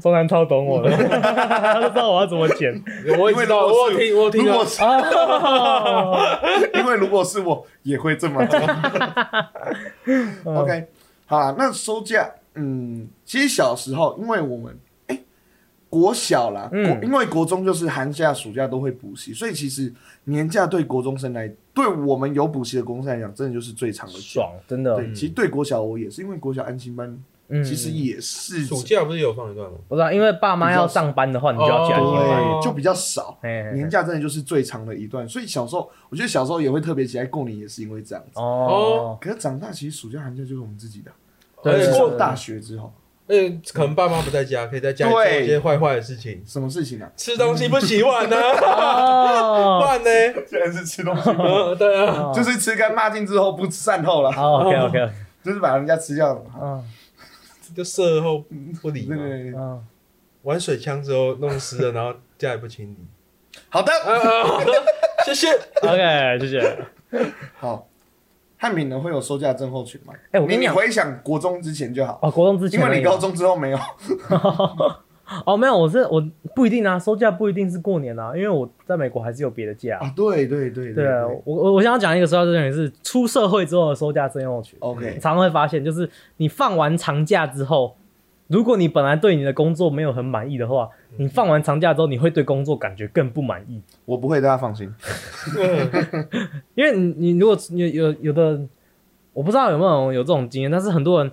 中南超懂我的，他都知道我要怎么剪。
我也知道，我
因为如
有
果是
听，我有
如
听
果
到，
啊
是
哦
因为如果是我，也会这么做。OK，好啦，那收假，嗯，其实小时候，因为我们诶国小啦，
嗯
国因为国中就是寒假、暑假都会补习，所以其实年假对国中生来，对我们有补习的国中生来讲，真的就是最长的假。
爽，真的。
对，其实对国小我也是，因为国小安心班
嗯
其实也是
暑假不是有放一段吗？
不知道，因为爸妈要上班的话，你就要去安心班。
哦对，就比较少。
嘿嘿嘿
年假真的就是最长的一段，所以小时候，我觉得小时候也会特别期待过年，也是因为这样子。
哦，
可是长大，其实暑假、寒假就是我们自己的，
对
而
而
且
且
上
哎过
大学之后，
而且可能爸妈不在家，可以在家里做
对
一些坏坏的事情，
什么事情啊？
吃东西不洗碗呢，不
哦
然呢？
竟然是吃东西，
呃对啊，
就是吃干抹净之后不善后了，
，OK OK，
就是把人家吃掉了。
嗯
就事后不理
对
嘛
对，对对，
嗯，
玩水枪之后弄湿了，然后家里不清理。
好的，
啊啊，好的 谢谢。
OK，谢谢。
好。汉品呢会有收假症候群吗？
哎我跟
你
你讲
回想国中之前就好，
哦，国中之前
因
而已啊，
为你高中之后没有。
哦，没有，我是我不一定啊，收假不一定是过年啊，因为我在美国还是有别的假。
啊，对对对
对啊，我我我想要讲一个收假症候群是出社会之后的收假症候群。
OK
常常会发现，就是你放完长假之后，如果你本来对你的工作没有很满意的话，你放完长假之后，你会对工作感觉更不满意，
我不会，大家放心。
因为你你如果有有有的，我不知道有没有有这种经验，但是很多人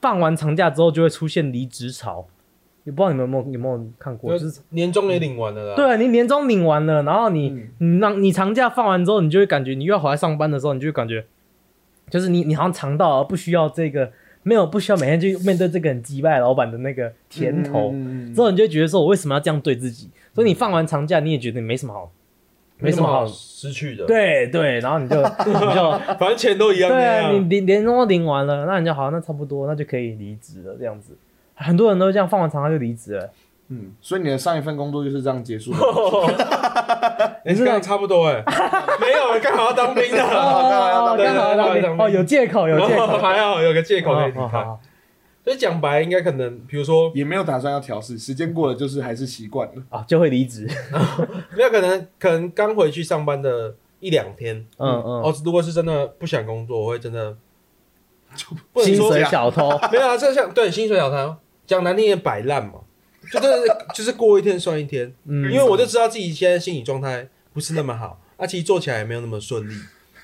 放完长假之后就会出现离职潮，也不知道你们有没有有没有看过，就是
年终也领完了啦。
对啊你年终领完了，然后你、
嗯
你让你长假放完之后，你就会感觉你又要回来上班的时候，你就会感觉就是你你好像尝到了不需要这个没有不需要每天去面对这个很击败老板的那个甜头，
嗯
之后你就会觉得说我为什么要这样对自己？所以你放完长假你也觉得没什么好，没什么好。
失去的。，
对对，然后你就你就
反正钱都一样那
对啊你
样。
年年终都领完了，那你就好，那差不多，那就可以离职了，这样子。很多人都这样放完长假就离职 了，
嗯，所以你的上一份工作就是这样结束的。
哎，这样差不多 哎，没有，刚好要当兵
哦，
的。
哦哦刚好
对对对
让你哦，有借口，有借口，
还好有个借口可以
哦
离
好好
开
好。
所以讲白，应该可能，比如说，
也没有打算要调试，时间过了就是还是习惯了。
啊，就会离职。
没有可能，可能刚回去上班的一两天，
嗯嗯，
哦，如果是真的不想工作，我会真的，不能
嗯薪
说
水小偷，
没有啊，这像对薪水小偷讲难听点摆烂嘛，就真的是就是过一天算一天，
嗯，
因为我就知道自己现在心理状态不是那么好，那、其实做起来也没有那么顺利，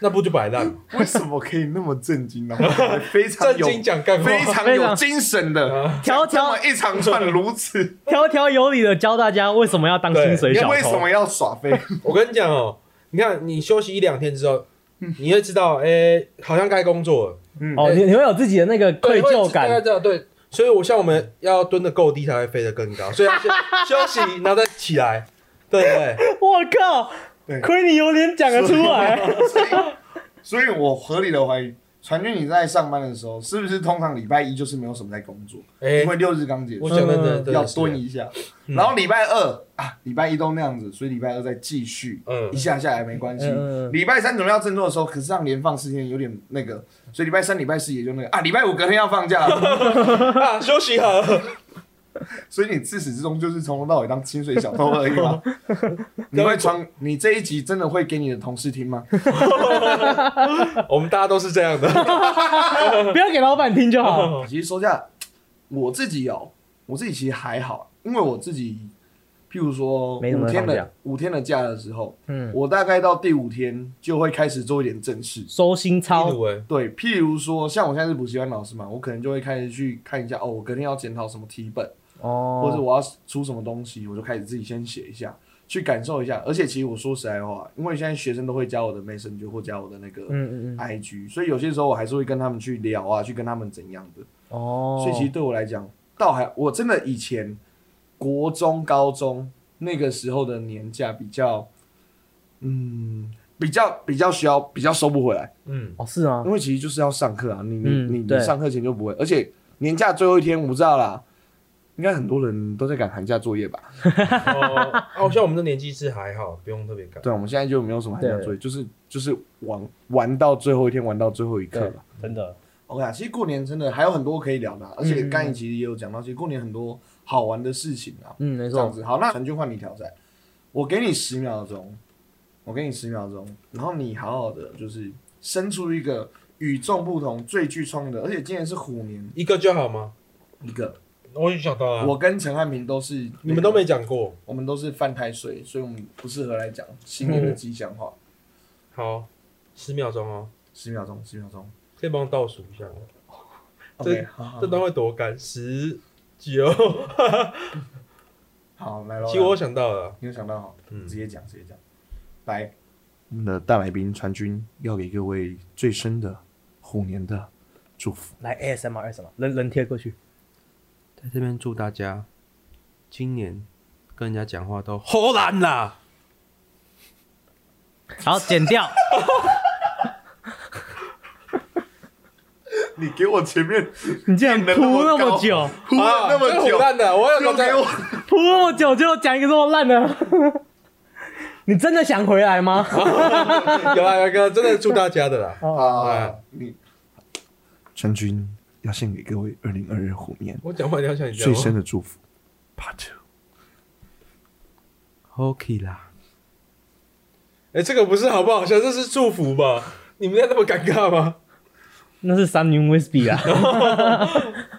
那不就摆烂嘛？
为什么可以那么震惊 呢、啊？非常
正
有
经讲干话，
非常有精神的，
条
这
条
么一长串如此，
条条有理的教大家为什么要当薪水
你
小偷，
为什么要耍 飞？
我跟你讲哦、你看你休息一两天之后，你会知道，哎、好像该工作了，
哦，你你会有自己的那个愧疚
对会大概
感，
知道对。所以，我像我们要蹲的够低，才会飞得更高。所以要先休息，然后再起来，对不对？
我靠
对，
亏你有脸讲得出来，
所以，所以我合理的怀疑，传俊，你在上班的时候，是不是通常礼拜一就是没有什么在工作？
哎
因，为六日刚结
我
束，
讲的真的
嗯要
是
蹲，一下。
嗯
然后礼拜二啊，礼拜一都那样子，所以礼拜二再继续，
嗯
一下下来没关系
嗯嗯嗯。
礼拜三总要振作的时候，可是让连放四天有点那个，所以礼拜三、礼拜四也就那个啊，礼拜五隔天要放假了，
啊，休息好了，
所以你自始至终就是从头到尾当清水小偷而已 嘛。你会传你这一集真的会给你的同事听吗？
我们大家都是这样的，
不要给老板听就 好。
其实说下，我自己哦，我自己其实还好，因为我自己，譬如说
没什么
五天
放假
的五天的假的时候，
嗯，
我大概到第五天就会开始做一点正事。
收心
好，
操，
对，譬如说，像我现在是补习班老师嘛，我可能就会开始去看一下，哦，我隔天要检讨什么题本，
哦，
或者我要出什么东西，我就开始自己先写一下，去感受一下。而且其实我说实在话，因为现在学生都会加我的 Messenger 或加我的那个
嗯嗯
哎
嗯，
IG，所以有些时候我还是会跟他们去聊啊，去跟他们怎样的。
哦，
所以其实对我来讲，倒还我真的以前国中、高中那个时候的年假比较，嗯，比较比较需要比较收不回来，
嗯，
哦是啊
因，为其实就是要上课啊，你你
嗯
你
对
你上课前就不会，而且年假最后一天我不知道啦，应该很多人都在赶寒假作业吧？
哦，哦，像我们的年纪是还好，不用特别赶，
对，啊我们现在就没有什么寒假
对
作业，就是就是玩玩到最后一天，玩到最后一刻
对
吧。
真的，
OK 啊，其实过年真的还有很多可以聊的啊、而且
嗯
刚才其实也有讲到，其实过年很多好玩的事情啊，
嗯没
这样
错，
子。好，那陈俊换你挑战，我给你十秒钟，我给你十秒钟，然后你好好的就是生出一个与众不同、最具创意的，而且今年是虎年
一个就好吗？
一个。
我已经想到了，
我跟陈汉平都是，
啊你们都，没讲过，
我们都是犯太岁，所以我们不适合来讲新年的吉祥话。
好，十秒钟哦，
十秒钟，十秒钟。
可以帮我倒数一下吗？
OK，好好
这段会多干，十九。
好来喽。
其实我想到了，
你有想到哈，
嗯
直接讲，直接讲。来，我们的大来宾川军要给各位最深的虎年的祝福。
来 ASMR ASMR，人人贴过去，
在这边祝大家今年跟人家讲话 都好难啦。
好剪掉，
你给我前面
你竟然
剪得那么
铺那
高
么 久，
哭了那么久，
好烂啊的，我
就
有
给
在
我
铺那么久就讲一个这么烂的， 你真的想回来吗？
有啊，有一个真的祝大家的啦。
啊！你川军要献给各位二零二二虎年
我讲话你要像你这
最
样吗
深的祝福，Part Two。
，OK 啦。哎，这个不是好不好笑，这是祝福吧？你们在那么尴尬吗？
那是三牛威士忌啊，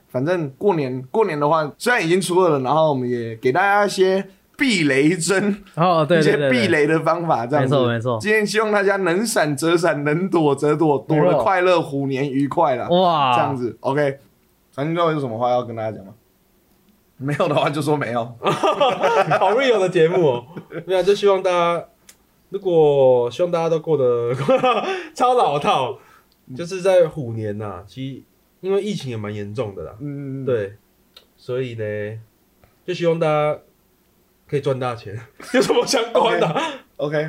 反正过年过年的话，虽然已经初二了，然后我们也给大家一些避雷针，
哦对对对，
一
对
些避雷的方法，这样子
没错没错
今天希望大家能闪则闪，能躲则躲，躲
没
得
错
快乐，虎年愉快啦！
哇，
这样子，OK。传军最后有什么话要跟大家讲吗？没有的话就说没有。
好 real 的节目哦，没有，就希望大家，如果希望大家都过得超老套，就是在虎年呐、其实因为疫情也蛮严重的啦，
嗯，
对，所以呢，就希望大家可以赚大钱， 有什么相关的、
，OK。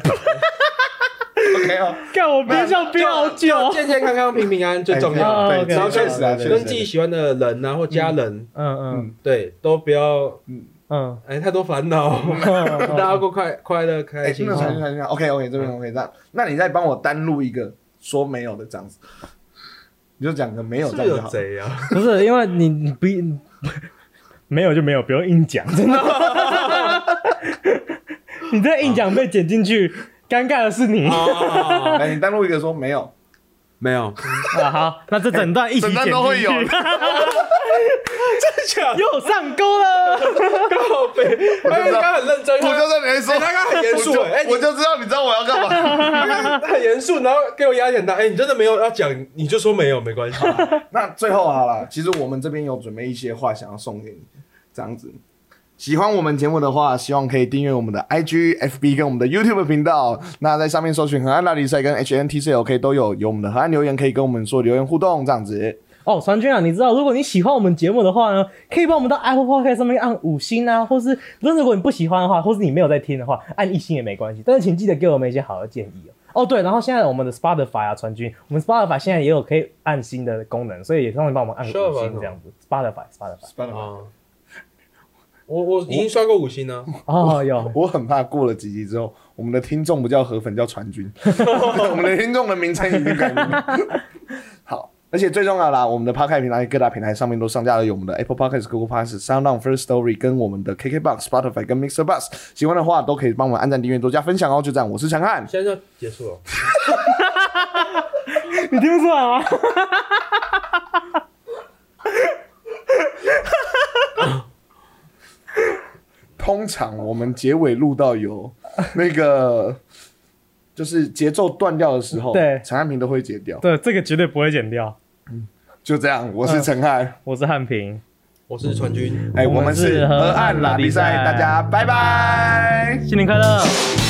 OK 哦。
干我憋笑憋好久，
健健康康、平平安安最重要，
啊
哎对，
OK，
然后确实啊，
对
跟自己喜欢的人啊呐、或家人，
嗯嗯
对，都不要
嗯
哎太多烦恼，
嗯
大家过快快乐
哎，
开
真
心
的
心。
传讯传讯，OK OK，这边 OK 这样，那你再帮我单录一个说没有的这样子，你就讲个没有
是
这
不是
样就
有
好。
贼啊？
不是因为你你不你没有就没有，不用硬讲， 真的。你这硬讲被剪进去，尴尬的是你。啊，
哦
来，哎你单录一个说没有，
没有，
啊好，那这整段一起
整
剪进去，
段都会有
假 的
又上钩了。
靠背，哎，他很认真，
我就在你说，
哎他刚刚很严肃
我就
哎你
我就知道你知道我要干嘛。
他刚很严肃，然后给我压力很大。哎，你真的没有要讲，你就说没有，没 关系。
那最后好了，其实我们这边有准备一些话想要送给你，这样子。喜欢我们节目的话，希望可以订阅我们的 IG、FB 跟我们的 YouTube 频道。那在上面搜寻“河岸拉力赛”跟 HNTCLK 都有，有我们的河岸留言可以跟我们做留言互动，这样子。
哦，传君啊，你知道，如果你喜欢我们节目的话呢，可以帮我们到 Apple Podcast 上面按五星啊，或是，那如果你不喜欢的话，或是你没有在听的话，按一星也没关系。但是请记得给我们一些好的建议哦。哦，对，然后现在我们的 Spotify 啊，传军，我们 Spotify 现在也有可以按星的功能，所以也帮你帮我们按个五
Spotify
星这样子。Spotify Spotify
啊。我我已经刷过五星了，
哦，有
我很怕过了几集之后，我们的听众不叫河粉，叫船军。 我们的听众的名称已经改名了。好，而且最重要啦，我们的 Podcast 平台各大平台上面都上架了有我们的 Apple Podcast、Google Podcast、Sound On、First Story 跟我们的 KKBox、Spotify 跟 Mixer Bus。喜欢的话都可以帮我们按赞、订阅、多加分享哦。就这样，我是陈汉，
现在就要结束了。
你听不出来吗？
通常我们结尾录到有那个就是节奏断掉的时候，
对
陈汉平都会截掉。
对，这个绝对不会剪掉。
就这样，我是陈汉，
我是汉平，
我是川军。
哎、
我
我
们
们
是
是
河
河
岸
岸
拉
拉
力
力赛，
赛
大家拜拜。
新年快乐！